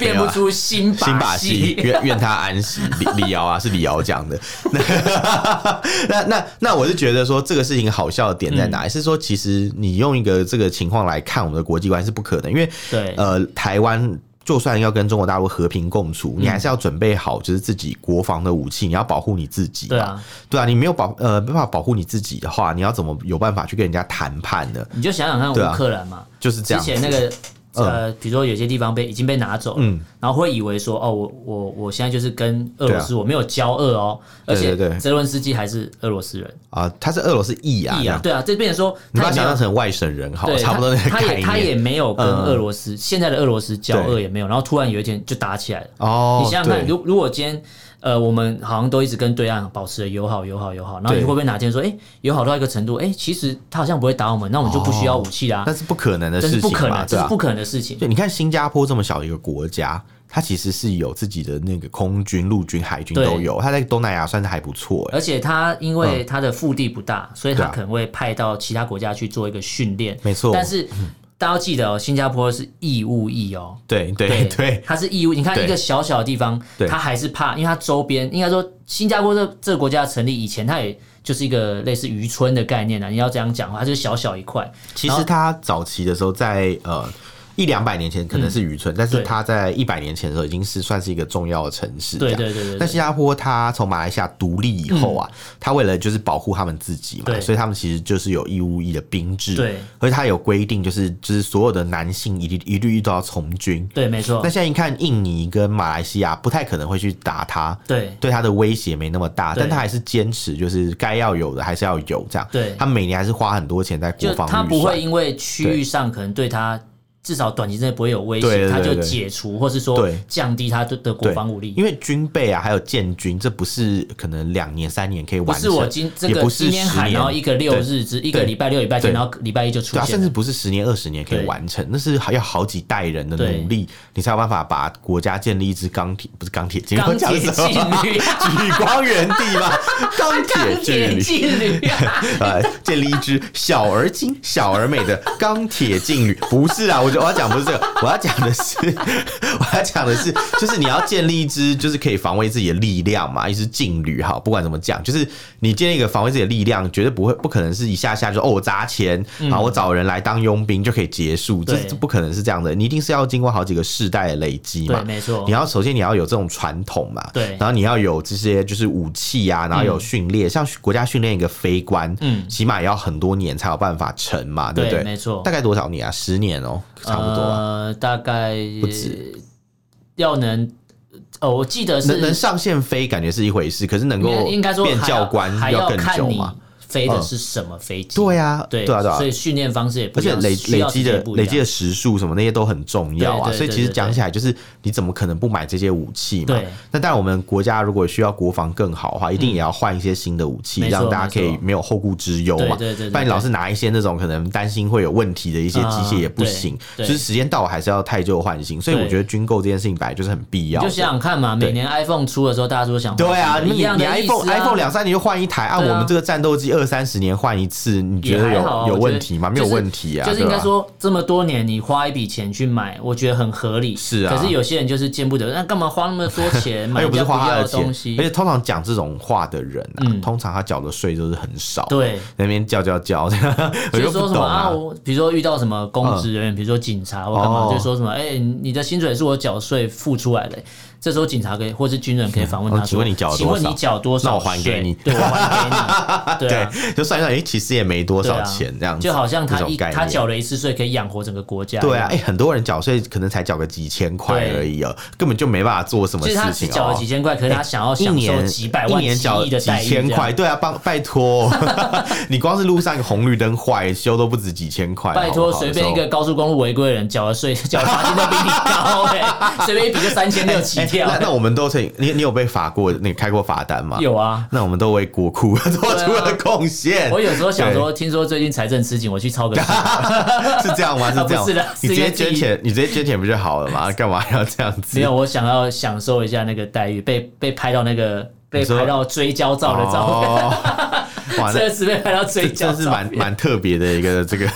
Speaker 1: 变不出新
Speaker 2: 新把
Speaker 1: 把
Speaker 2: 戏，
Speaker 1: 戏。
Speaker 2: 愿愿他安息。李李瑶啊，是李瑶讲的。 那那那那我是觉得说这个事情好笑的点在
Speaker 1: 嗯
Speaker 2: 哪？是说其实你用一个这个情况来看我们的国际关系是不可能，因为
Speaker 1: 对
Speaker 2: 呃台湾。就算要跟中国大陆和平共
Speaker 1: 嗯
Speaker 2: 处，你还是要准备好，就是自己国防的武器，你要保护你自己嘛。
Speaker 1: 对啊，
Speaker 2: 对啊，你没有保呃没办法保护你自己的话，你要怎么有办法去跟人家谈判呢？
Speaker 1: 你就想想看
Speaker 2: 对啊
Speaker 1: 乌克兰嘛，
Speaker 2: 就是这
Speaker 1: 之
Speaker 2: 样子。
Speaker 1: 前那个呃，比如说有些地方被已经被拿走了
Speaker 2: 嗯，
Speaker 1: 然后会以为说哦，我我我现在就是跟俄罗斯我没有交恶哦，而
Speaker 2: 啊对
Speaker 1: 且
Speaker 2: 对对
Speaker 1: 泽伦斯基还是俄罗斯人，
Speaker 2: 啊，他是俄罗斯裔啊，
Speaker 1: 裔
Speaker 2: 这
Speaker 1: 啊
Speaker 2: 样，
Speaker 1: 对啊，这变成说
Speaker 2: 你把
Speaker 1: 他
Speaker 2: 它
Speaker 1: 也没
Speaker 2: 想
Speaker 1: 有
Speaker 2: 象成外省人好了，
Speaker 1: 对，
Speaker 2: 差不多那
Speaker 1: 他他
Speaker 2: 个概
Speaker 1: 也他也
Speaker 2: 念。
Speaker 1: 没有跟
Speaker 2: 嗯
Speaker 1: 俄罗斯现在的俄罗斯交恶
Speaker 2: 对
Speaker 1: 也没有，然后突然有一天就打起来了。
Speaker 2: 哦，
Speaker 1: 你想想看，
Speaker 2: 对
Speaker 1: 如如果今天呃，我们好像都一直跟对岸保持了友好、友好、友好，然后你会不会哪天说，哎、友好到一个程度，哎、其实他好像不会打我们，那我们就不需要武器啦、
Speaker 2: 哦那是不可能的
Speaker 1: 这
Speaker 2: 事
Speaker 1: 是不可
Speaker 2: 情
Speaker 1: 能
Speaker 2: 嘛，，
Speaker 1: 这
Speaker 2: 对
Speaker 1: 是
Speaker 2: 啊
Speaker 1: 不。可能的事情。
Speaker 2: 对，你看新加坡这么小一个国家，它其实是有自己的那个空军、陆军、海军
Speaker 1: 对
Speaker 2: 都有，它在东南亚算是还不错哎。
Speaker 1: 而且他因为他的腹地不大，所以
Speaker 2: 对
Speaker 1: 他
Speaker 2: 啊
Speaker 1: 可能会派到其他国家去做一个训练。
Speaker 2: 没错嗯
Speaker 1: 但是大家要记得哦，新加坡是义务役哦，
Speaker 2: 对对 对，
Speaker 1: 它是义务。你看
Speaker 2: 对
Speaker 1: 一个小小的地方
Speaker 2: 对，
Speaker 1: 它还是怕，因为它周边应该说新加坡这这个国家成立以前，它也就是一个类似渔村的概念啊。你要这样讲的话，它就是小小一块。
Speaker 2: 其
Speaker 1: 然
Speaker 2: 实
Speaker 1: 后
Speaker 2: 它早期的时候在呃。一两百年前可能
Speaker 1: 嗯
Speaker 2: 是渔村，但是它在一百年前的时候已经是算是一个重要的城市。
Speaker 1: 对
Speaker 2: 这
Speaker 1: 对
Speaker 2: 样
Speaker 1: 对对对嗯
Speaker 2: 但新加坡它从马来西亚独立以后啊，它为了就是保护他们自己嘛，
Speaker 1: 对
Speaker 2: 所以他们其实就是有义务役的兵制。
Speaker 1: 对，
Speaker 2: 而且它有规定，就是就是所有的男性一律一律都要从军。
Speaker 1: 对，没错
Speaker 2: 那，现在一看，印尼跟马来西亚不太可能会去打它，
Speaker 1: 对
Speaker 2: 对它的威胁没那么大，
Speaker 1: 对
Speaker 2: 但它还是坚持，就是该要有的还是要有这样。
Speaker 1: 对
Speaker 2: 它每年还是花很多钱在国
Speaker 1: 就
Speaker 2: 防
Speaker 1: 他
Speaker 2: 预
Speaker 1: 不
Speaker 2: 算
Speaker 1: 会因为区域上可能对他至少短期之内不会有威
Speaker 2: 对对
Speaker 1: 胁，他
Speaker 2: 对
Speaker 1: 就
Speaker 2: 对
Speaker 1: 解除或是说
Speaker 2: 对
Speaker 1: 降低他的的国
Speaker 2: 对
Speaker 1: 防武力。
Speaker 2: 因为军备啊，还有建军，这不是可能两年三年可以
Speaker 1: 不
Speaker 2: 完成，
Speaker 1: 是我今这
Speaker 2: 也
Speaker 1: 个
Speaker 2: 不是
Speaker 1: 今天
Speaker 2: 十
Speaker 1: 喊，哦
Speaker 2: 年
Speaker 1: 然后一个六日之一个
Speaker 2: 对
Speaker 1: 礼拜六礼拜天，
Speaker 2: 对
Speaker 1: 然后礼拜一就出
Speaker 2: 对啊，
Speaker 1: 现
Speaker 2: 甚至
Speaker 1: 了，
Speaker 2: 不是十年、二十年可以
Speaker 1: 对
Speaker 2: 完成，那是还要好几代人的
Speaker 1: 对
Speaker 2: 努力，你才有办法把国家建立一支钢铁，不是钢铁，今天我
Speaker 1: 钢
Speaker 2: 讲
Speaker 1: 铁
Speaker 2: 什么？
Speaker 1: 劲旅。
Speaker 2: 举光原地嘛，钢
Speaker 1: 钢
Speaker 2: 铁劲
Speaker 1: 铁
Speaker 2: 旅。
Speaker 1: 劲旅啊，
Speaker 2: 呃，建立一支小而精、小而美的钢铁劲旅。不是啊，我就我要讲不是这个，我要讲的是， 我要讲的是，就是你要建立一支就是可以防卫自己的力量嘛，一支劲旅哈，不管怎么讲，就是你建立一个防卫自己的力量，绝对不会不可能是一下下就哦我砸钱，好我找人来当佣兵就可以结束，这
Speaker 1: 对
Speaker 2: 这不可能是这样的，你一定是要经过好几个世代的累积嘛
Speaker 1: 对，。没错
Speaker 2: 你，要首先你要有这种传统嘛，
Speaker 1: 对
Speaker 2: 然后你要有这些就是武器啊，然后有训练，像国家训练一个飞官，
Speaker 1: 嗯
Speaker 2: 起码也要很多年才有办法成嘛，对不
Speaker 1: 对
Speaker 2: 对？
Speaker 1: 没错
Speaker 2: 大概多少年啊？十年哦、差不多、啊。
Speaker 1: 呃，大概
Speaker 2: 不止
Speaker 1: 要能，哦，我记得是
Speaker 2: 能能上线飞感觉是一回事，可是能够
Speaker 1: 应该说
Speaker 2: 变
Speaker 1: 还
Speaker 2: 教官
Speaker 1: 还要
Speaker 2: 更
Speaker 1: 看
Speaker 2: 久
Speaker 1: 你
Speaker 2: 嘛？
Speaker 1: 飞的
Speaker 2: 嗯
Speaker 1: 是什么飞机？
Speaker 2: 对啊，
Speaker 1: 对
Speaker 2: 对啊，对啊
Speaker 1: 所。以训练方式也不一
Speaker 2: 而且
Speaker 1: 样，
Speaker 2: 累
Speaker 1: 需
Speaker 2: 累
Speaker 1: 要
Speaker 2: 积
Speaker 1: 时
Speaker 2: 的
Speaker 1: 间不一
Speaker 2: 累
Speaker 1: 样
Speaker 2: 积的时数什么那些都很重要啊，
Speaker 1: 对对对
Speaker 2: 所以其实
Speaker 1: 对对
Speaker 2: 讲起来就是你怎么可能不买这些武器嘛
Speaker 1: 对？嗯
Speaker 2: 那当然，我们国家如果需要国防更好的话，一定也要换一些新的武器，
Speaker 1: 没错
Speaker 2: 让大家可
Speaker 1: 没
Speaker 2: 以
Speaker 1: 错
Speaker 2: 没有后顾之忧嘛。
Speaker 1: 对对对对
Speaker 2: 不然你老是拿一些那种可能担心会有问题的一些机械也不行
Speaker 1: 啊，
Speaker 2: 就
Speaker 1: 对
Speaker 2: 是时间到了还是要太旧换新。所以我
Speaker 1: 对
Speaker 2: 觉得军购这件事情本来就是很必要
Speaker 1: 你
Speaker 2: 的
Speaker 1: 就。想想看嘛，
Speaker 2: 对
Speaker 1: 每年 iPhone 出的时候，大家都想
Speaker 2: 对啊，
Speaker 1: 换
Speaker 2: 你
Speaker 1: 一样
Speaker 2: 你
Speaker 1: 的意思
Speaker 2: iPhone
Speaker 1: 啊
Speaker 2: iPhone 两三年就换一台，按
Speaker 1: 对啊
Speaker 2: 我们这个战斗机二三十年换一次，你觉得
Speaker 1: 也还好啊
Speaker 2: 有有
Speaker 1: 我觉
Speaker 2: 问
Speaker 1: 得
Speaker 2: 题吗？没
Speaker 1: 就
Speaker 2: 有
Speaker 1: 是
Speaker 2: 问题啊，
Speaker 1: 就是
Speaker 2: 对
Speaker 1: 应该
Speaker 2: 吧
Speaker 1: 说这么多年你花一笔钱去买，我觉得很合理。
Speaker 2: 是啊哎
Speaker 1: 可是有些人就是见不得，那干嘛花那么多 钱买
Speaker 2: 又
Speaker 1: 人
Speaker 2: 不
Speaker 1: 家
Speaker 2: 是花他
Speaker 1: 要
Speaker 2: 的
Speaker 1: 的
Speaker 2: 钱，
Speaker 1: 东
Speaker 2: 而且
Speaker 1: 西？
Speaker 2: 通常讲这种话的人啊，
Speaker 1: 嗯
Speaker 2: 通常他缴的税都是很少，，
Speaker 1: 对，
Speaker 2: 那边叫叫 叫，我
Speaker 1: 比
Speaker 2: 就
Speaker 1: 如
Speaker 2: 不
Speaker 1: 说什么
Speaker 2: 懂
Speaker 1: 啊，
Speaker 2: 啊。
Speaker 1: 我比如说遇到什么公职人员，比如说警察或干嘛，
Speaker 2: 哦
Speaker 1: 就说什么，哎，你的薪水是我缴税付出来的。这时候警察可以，或是军人可以反问
Speaker 2: 嗯
Speaker 1: 他
Speaker 2: 哦
Speaker 1: 说：“
Speaker 2: 请问你缴了
Speaker 1: 请问
Speaker 2: 多少
Speaker 1: 你缴多少税？
Speaker 2: 那我还给你
Speaker 1: 对我 还给你。”对啊，
Speaker 2: 对，就算一算，哎、其实也没多
Speaker 1: 对
Speaker 2: 少
Speaker 1: 啊
Speaker 2: 钱，这样子，
Speaker 1: 就好像他
Speaker 2: 这
Speaker 1: 一
Speaker 2: 种概
Speaker 1: 他
Speaker 2: 念。
Speaker 1: 缴了一次税，可以养活整个国家。
Speaker 2: 对啊，哎、，很多人缴税可能才缴个几千块
Speaker 1: 对
Speaker 2: 而已哦，根本就没办法做什么
Speaker 1: 其
Speaker 2: 事
Speaker 1: 实他只
Speaker 2: 情
Speaker 1: 缴了
Speaker 2: 哦
Speaker 1: 几。千块，可是他想要
Speaker 2: 一
Speaker 1: 享受
Speaker 2: 年
Speaker 1: 几百
Speaker 2: 一
Speaker 1: 万、
Speaker 2: 年
Speaker 1: 几
Speaker 2: 缴
Speaker 1: 亿的
Speaker 2: 几
Speaker 1: 待遇，
Speaker 2: 千块，，对啊，帮拜 托，你光是路上一个红绿灯坏修都不止几千块，
Speaker 1: 拜
Speaker 2: 好
Speaker 1: 托，
Speaker 2: 不好
Speaker 1: 随便一
Speaker 2: 有时
Speaker 1: 个
Speaker 2: 候
Speaker 1: 高速公路违规的人缴的税、缴的罚金都比你高哎，随便一比哎就三千六起 跳
Speaker 2: 哎那。那我们都是你你有被罚过，你开过罚单吗？
Speaker 1: 有啊，
Speaker 2: 那我们都为国库 做出了贡献。
Speaker 1: 我有时候想说，听说最近财政吃紧，我去抄 个税
Speaker 2: 是这样吗？是这样吗，
Speaker 1: 啊不是的
Speaker 2: 你直接
Speaker 1: 是因为
Speaker 2: 捐钱，你直接捐钱不就好 了吗？干嘛要这样子？
Speaker 1: 没有，我想要享受一下那个待遇，被被拍到那个被
Speaker 2: 你说
Speaker 1: 拍到追焦照的照
Speaker 2: 哦，哇，
Speaker 1: 片，这
Speaker 2: 那
Speaker 1: 次被拍到追
Speaker 2: 这
Speaker 1: 焦
Speaker 2: 这是
Speaker 1: 照片
Speaker 2: 蛮蛮特别的一个这 个，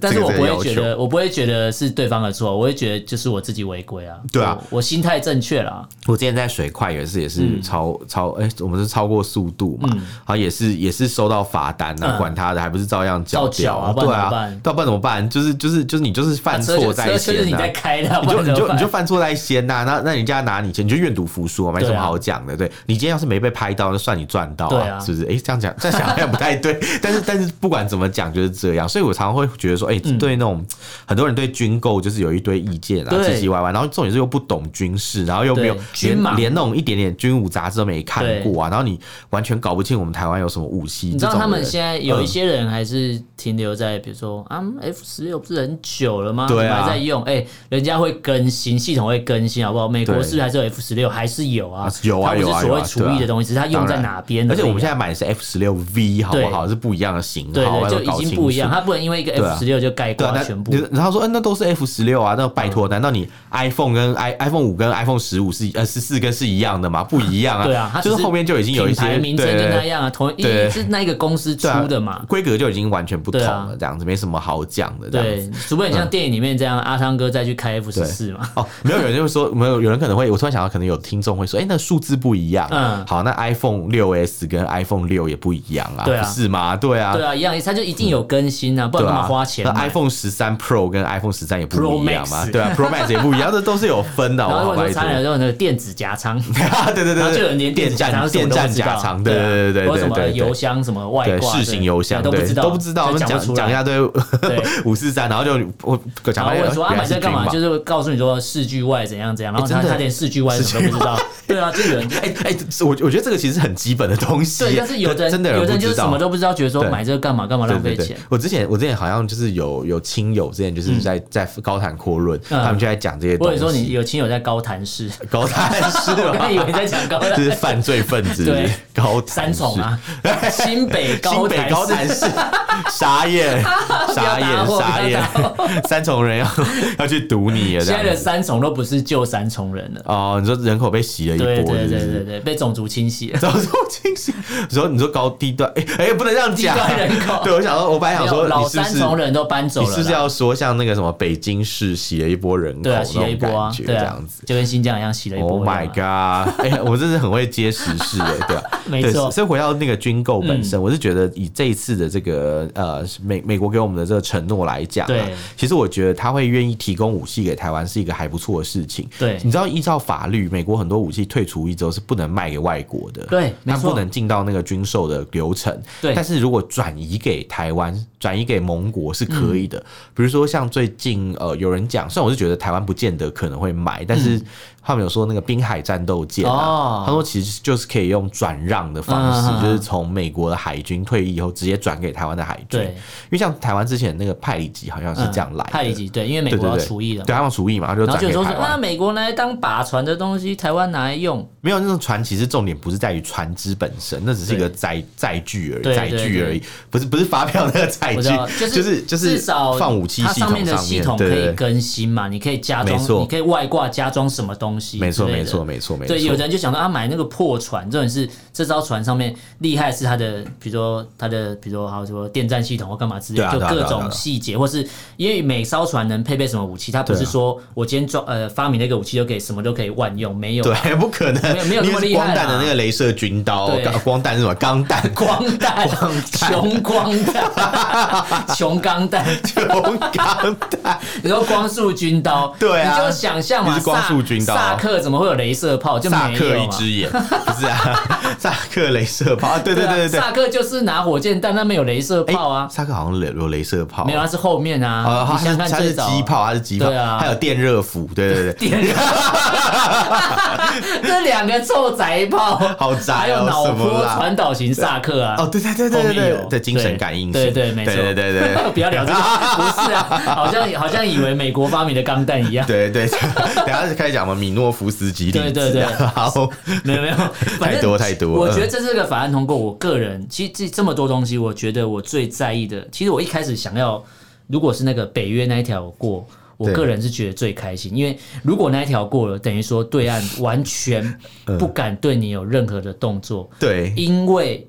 Speaker 1: 但是
Speaker 2: 这个
Speaker 1: 我
Speaker 2: 这
Speaker 1: 不
Speaker 2: 个
Speaker 1: 会
Speaker 2: 要
Speaker 1: 觉
Speaker 2: 求。
Speaker 1: 得，我不会觉得是对方的错，我会觉得就是我自己违规啊。
Speaker 2: 对啊
Speaker 1: 我，我心态正确啦。
Speaker 2: 我之前在水快也是也
Speaker 1: 嗯
Speaker 2: 是超超哎，我们是超过速度嘛，然后也是也是收到罚单啊，
Speaker 1: 嗯
Speaker 2: 管他的，还不是照样缴
Speaker 1: 照缴
Speaker 2: 掉
Speaker 1: 啊
Speaker 2: 对
Speaker 1: 不然怎么
Speaker 2: 啊
Speaker 1: 办，
Speaker 2: 要不然怎么办？就是就是就是你就是犯
Speaker 1: 车就
Speaker 2: 错在
Speaker 1: 车就是
Speaker 2: 先
Speaker 1: 你
Speaker 2: 啊
Speaker 1: 在。开的，
Speaker 2: 你
Speaker 1: 不
Speaker 2: 就
Speaker 1: 然怎
Speaker 2: 你
Speaker 1: 么
Speaker 2: 就
Speaker 1: 办
Speaker 2: 你就犯错在先呐、那那人家拿你钱，你就愿赌服输啊，没什么好讲的。对你今天要是没被拍到，就算你赚到
Speaker 1: 对
Speaker 2: 啊，
Speaker 1: 啊
Speaker 2: 是不是？哎、这样讲这样想好像不太 对，但是但是不管怎么讲就是这样，所以我常常会觉得说，哎、
Speaker 1: 嗯
Speaker 2: 对那种很多人对军购就是有一堆意见啊，
Speaker 1: 对
Speaker 2: 唧唧歪歪，然后重点是又不懂军事，然后又没有
Speaker 1: 对军
Speaker 2: 连
Speaker 1: 盲
Speaker 2: 连那种一点点军武杂志都没看过啊，然后你完全搞不清我们台湾有什么武器，
Speaker 1: 你知道
Speaker 2: 这种
Speaker 1: 他们
Speaker 2: 人
Speaker 1: 现在有一些人还是停留在，比如说啊，F 十六不是很久了吗？
Speaker 2: 对
Speaker 1: 你
Speaker 2: 啊
Speaker 1: 们还在用，哎、人家会更新，系统会更新，好不好？美国
Speaker 2: 对
Speaker 1: 是不是还是有 F 十六，还是有啊
Speaker 2: 啊，有啊
Speaker 1: 它
Speaker 2: 有
Speaker 1: 不
Speaker 2: 啊
Speaker 1: 是所
Speaker 2: 有
Speaker 1: 谓
Speaker 2: 啊对
Speaker 1: 厨
Speaker 2: 啊
Speaker 1: 艺的东西，只是它用在哪边的、
Speaker 2: 而且我们现在。买的是 F 十六 V，好不好？
Speaker 1: 对
Speaker 2: 是不一样的型号，
Speaker 1: 对对，
Speaker 2: 要
Speaker 1: 就
Speaker 2: 搞
Speaker 1: 已经
Speaker 2: 清
Speaker 1: 不一样，
Speaker 2: 楚
Speaker 1: 它不能因为一个
Speaker 2: 对啊
Speaker 1: F 十六就盖
Speaker 2: 对啊，
Speaker 1: 过
Speaker 2: 那
Speaker 1: 全部
Speaker 2: 你。然后说，嗯，那都是 F 十六啊，
Speaker 1: 嗯
Speaker 2: 那拜托，难道你 iPhone 跟 i iPhone 五跟 iPhone 十五是呃十四跟是一样的吗？不一样啊，
Speaker 1: 对啊，它
Speaker 2: 就
Speaker 1: 只
Speaker 2: 是后面就已经有一
Speaker 1: 品牌
Speaker 2: 些
Speaker 1: 名称就
Speaker 2: 对
Speaker 1: 那样啊，同一
Speaker 2: 对
Speaker 1: 是那一个公司
Speaker 2: 对啊
Speaker 1: 出的嘛。
Speaker 2: 规格就已经完全不同
Speaker 1: 对
Speaker 2: 了
Speaker 1: 啊，
Speaker 2: 这样子没什么好讲的，这样
Speaker 1: 对，
Speaker 2: 子。
Speaker 1: 除非你像电影里面这样，阿汤哥再去开 F 十四嘛。
Speaker 2: 哦，没有，有人就会说，没有，有人可能会，我突然想到，可能有听众会说，哎、那数字不一样，
Speaker 1: 嗯
Speaker 2: 好，那 iPhone 六 S 跟 iPhone 六也不一样啊，
Speaker 1: 对啊
Speaker 2: 不是吗？对啊，
Speaker 1: 对啊，一样意思，它就一定有更新啊，不然
Speaker 2: 对
Speaker 1: 干
Speaker 2: 啊，
Speaker 1: 嘛花钱
Speaker 2: 那
Speaker 1: 买？
Speaker 2: iPhone 十三 Pro 跟 iPhone 十三也不
Speaker 1: Pro
Speaker 2: 一样嘛，
Speaker 1: Max
Speaker 2: 对啊，Pro Max 也不一样，这都是有分 的，
Speaker 1: 然后
Speaker 2: 好
Speaker 1: 或者
Speaker 2: 吧？
Speaker 1: 说
Speaker 2: 拜托
Speaker 1: 差点就有那个电子夹 仓，
Speaker 2: 啊，对对对，
Speaker 1: 然后就有人
Speaker 2: 对
Speaker 1: 连
Speaker 2: 电
Speaker 1: 子夹
Speaker 2: 站
Speaker 1: 仓
Speaker 2: 电站夹
Speaker 1: 仓
Speaker 2: 仓，
Speaker 1: 对
Speaker 2: 对
Speaker 1: 啊
Speaker 2: 对
Speaker 1: 或
Speaker 2: 对
Speaker 1: 者
Speaker 2: 对
Speaker 1: 什么
Speaker 2: 对
Speaker 1: 邮
Speaker 2: 对。
Speaker 1: 箱什么外
Speaker 2: 对，
Speaker 1: 挂
Speaker 2: 视型邮箱，
Speaker 1: 对
Speaker 2: 对
Speaker 1: 不知道
Speaker 2: 都不知道，我们
Speaker 1: 讲
Speaker 2: 讲
Speaker 1: 不出来
Speaker 2: 讲一大堆
Speaker 1: 对
Speaker 2: 五四三，然后就我我讲
Speaker 1: 然后
Speaker 2: 半
Speaker 1: 问说啊
Speaker 2: 天，哎原来
Speaker 1: 买这
Speaker 2: 是
Speaker 1: 干
Speaker 2: 军
Speaker 1: 嘛？
Speaker 2: 吧
Speaker 1: 就。是告诉你说视距外怎样怎样，然后
Speaker 2: 欸
Speaker 1: 他
Speaker 2: 真的
Speaker 1: 他连视距外什么都不知道。对啊，就有人
Speaker 2: 哎哎，我我觉得这个其实是很基本的东 西耶，
Speaker 1: 对，但是有的人
Speaker 2: 真的
Speaker 1: 有
Speaker 2: 人
Speaker 1: 的
Speaker 2: 不
Speaker 1: 人就是
Speaker 2: 知
Speaker 1: 什么
Speaker 2: 道。
Speaker 1: 都不知道，觉得说
Speaker 2: 对
Speaker 1: 买这个干嘛干嘛浪费
Speaker 2: 对
Speaker 1: 钱。，嗯
Speaker 2: 我之前我之前好像就是有有亲友之前就是在在高谈阔论，他们就在讲这些东
Speaker 1: 或
Speaker 2: 西。
Speaker 1: 者嗯说你有亲友在高谈市，
Speaker 2: 高谈 是
Speaker 1: 我刚
Speaker 2: 吧
Speaker 1: 才？以为你在讲高
Speaker 2: 这
Speaker 1: 谈
Speaker 2: 是犯罪分子，
Speaker 1: 对
Speaker 2: 高谈
Speaker 1: 三重啊，新北
Speaker 2: 市，
Speaker 1: 高
Speaker 2: 新北
Speaker 1: 谈
Speaker 2: 高
Speaker 1: 市
Speaker 2: 谈市， 傻眼，傻
Speaker 1: 打
Speaker 2: 眼，
Speaker 1: 我
Speaker 2: 傻
Speaker 1: 不要
Speaker 2: 眼
Speaker 1: 打，
Speaker 2: 三重人要 要去堵你了，这
Speaker 1: 现在的
Speaker 2: 样子。
Speaker 1: 三重都不是旧三重人了，
Speaker 2: 哦，你说人口被洗了一
Speaker 1: 对
Speaker 2: 波，
Speaker 1: 对
Speaker 2: 是不
Speaker 1: 对
Speaker 2: 是
Speaker 1: 对？对，被种族清洗了。
Speaker 2: 早这种清醒，你说你说高低端，哎哎，不能这样讲，
Speaker 1: 低端人口
Speaker 2: 对，我想说， 我本来想说，
Speaker 1: 没有
Speaker 2: 你
Speaker 1: 老
Speaker 2: 是不
Speaker 1: 三
Speaker 2: 是
Speaker 1: 重人都搬走
Speaker 2: 你
Speaker 1: 了啦，
Speaker 2: 是不是要说像那个什么北京市洗了一波人口
Speaker 1: 对啊，
Speaker 2: 那
Speaker 1: 洗了一
Speaker 2: 种
Speaker 1: 波
Speaker 2: 感
Speaker 1: 啊，
Speaker 2: 觉这
Speaker 1: 对啊
Speaker 2: 样子，？
Speaker 1: 就跟新疆一样洗了一波
Speaker 2: Oh
Speaker 1: 一样啊。
Speaker 2: my god！哎、呀，我真是很会接时事哎、对吧、
Speaker 1: 没
Speaker 2: 对
Speaker 1: 错嗯
Speaker 2: 所以回到那个军购本身，我是觉得以这一次的这个呃美美国给我们的这个承诺来讲、啊
Speaker 1: 对，
Speaker 2: 其实我觉得他会愿意提供武器给台湾是一个还不错的事情。
Speaker 1: 对
Speaker 2: 你知道依照法律，美国很多武器退出一周是不能卖给外国的，
Speaker 1: 对没
Speaker 2: 它
Speaker 1: 错
Speaker 2: 不能进到那个军售的流程。
Speaker 1: 对
Speaker 2: 但是如果转移给台湾、转移给盟国是可以的，
Speaker 1: 嗯
Speaker 2: 比如说像最近呃有人讲，虽然我是觉得台湾不见得可能会买，但是他们有说那个滨海战斗舰
Speaker 1: 嗯哦
Speaker 2: 啊，他说其实就是可以用转让的方式，
Speaker 1: 嗯嗯嗯
Speaker 2: 就是从美国的海军退役以后直接转给台湾的海军，
Speaker 1: 对嗯
Speaker 2: 因为像台湾之前那个派里级好像是这样来的，
Speaker 1: 派里级对，因为美
Speaker 2: 对
Speaker 1: 国
Speaker 2: 对
Speaker 1: 要
Speaker 2: 对，
Speaker 1: 除役了嘛
Speaker 2: 对，他们除役嘛，然后就
Speaker 1: 然
Speaker 2: 转
Speaker 1: 后就
Speaker 2: 给
Speaker 1: 说是
Speaker 2: 台
Speaker 1: 啊，
Speaker 2: 湾。
Speaker 1: 美国拿来当靶船的东西，台湾拿来用，
Speaker 2: 没有那种船，其实重点不是在于船只本身，那只是一个载载具而
Speaker 1: 对
Speaker 2: 已，
Speaker 1: 对
Speaker 2: 载具而已
Speaker 1: 对，
Speaker 2: 不是不是发票那个载
Speaker 1: 我知
Speaker 2: 具
Speaker 1: 道，，
Speaker 2: 哎就是就是
Speaker 1: 至少
Speaker 2: 放武器
Speaker 1: 它
Speaker 2: 系
Speaker 1: 上
Speaker 2: 统
Speaker 1: 面的系统
Speaker 2: 对
Speaker 1: 可以
Speaker 2: 对对，
Speaker 1: 更新嘛，你可以加
Speaker 2: 没错
Speaker 1: 装，你可以外挂加装什么东西，
Speaker 2: 没错没错。没错没错，
Speaker 1: 对，有的人就想到啊，买那个破船，重点是这艘船上面厉害是它的，比如说它的，比如说还有什么电站系统或干嘛之类，
Speaker 2: 对啊
Speaker 1: 就
Speaker 2: 对啊
Speaker 1: 各
Speaker 2: 对啊对
Speaker 1: 种
Speaker 2: 啊
Speaker 1: 细节，或是因为每艘船能配备什么武器，它不
Speaker 2: 对啊
Speaker 1: 是说我今天装呃发明了一个武器就可以什么都可以万用，没有
Speaker 2: 对，不可能，
Speaker 1: 没有没有那么
Speaker 2: 因为是
Speaker 1: 厉害啦
Speaker 2: 光弹的那个镭射军刀
Speaker 1: 对，
Speaker 2: 钢光弹是什么？钢弹，
Speaker 1: 光蛋
Speaker 2: 光、蛋
Speaker 1: 穷光 蛋、穷钢蛋，
Speaker 2: 用钢弹，
Speaker 1: 你说光束军刀，
Speaker 2: 对啊
Speaker 1: 你就想象嘛，
Speaker 2: 你是光束军刀
Speaker 1: 萨
Speaker 2: 啊
Speaker 1: 萨克怎么会有镭射炮？就
Speaker 2: 萨
Speaker 1: 没
Speaker 2: 克
Speaker 1: 有
Speaker 2: 一
Speaker 1: 嘛。
Speaker 2: 只眼，不是啊， 萨克镭射炮，啊对对
Speaker 1: 啊
Speaker 2: 对哎对对，
Speaker 1: 萨克就是拿火箭弹，那没有镭射炮啊，
Speaker 2: 萨克好像有有镭射炮，
Speaker 1: 没有，那是后面
Speaker 2: 啊，
Speaker 1: 啊。
Speaker 2: 它
Speaker 1: 你想
Speaker 2: 是
Speaker 1: 想
Speaker 2: 它
Speaker 1: 看最
Speaker 2: 是
Speaker 1: 早
Speaker 2: 机，炮，它是机炮
Speaker 1: 对啊，
Speaker 2: 还有电热斧，对对对，
Speaker 1: 电热， 这两个臭宅炮，
Speaker 2: 好宅哦
Speaker 1: 还有脑
Speaker 2: 什么
Speaker 1: 波
Speaker 2: 啦
Speaker 1: 传导型萨克啊。
Speaker 2: 哦，对对对
Speaker 1: 后
Speaker 2: 对对
Speaker 1: 面
Speaker 2: 对
Speaker 1: 有，
Speaker 2: 对精神感应型，
Speaker 1: 对对，没错，
Speaker 2: 对对对对。
Speaker 1: 不要聊这个，不 是啊，好像好像以为美国发明的钢弹一样，
Speaker 2: 对对，对等一下就开始讲嘛，米诺夫斯基粒子啊
Speaker 1: 对对对
Speaker 2: 好，
Speaker 1: 没有没有，反正
Speaker 2: 太多太多嗯
Speaker 1: 我觉得这是个法案通过，我个人其实这这么多东西，我觉得我最在意的，其实我一开始想要，如果是那个北约那一条过。我
Speaker 2: 对
Speaker 1: 个人是觉得最开心，因为如果那一条过了，等于说对岸完 全
Speaker 2: 嗯
Speaker 1: 不敢对你有任何的动作，
Speaker 2: 对，
Speaker 1: 因为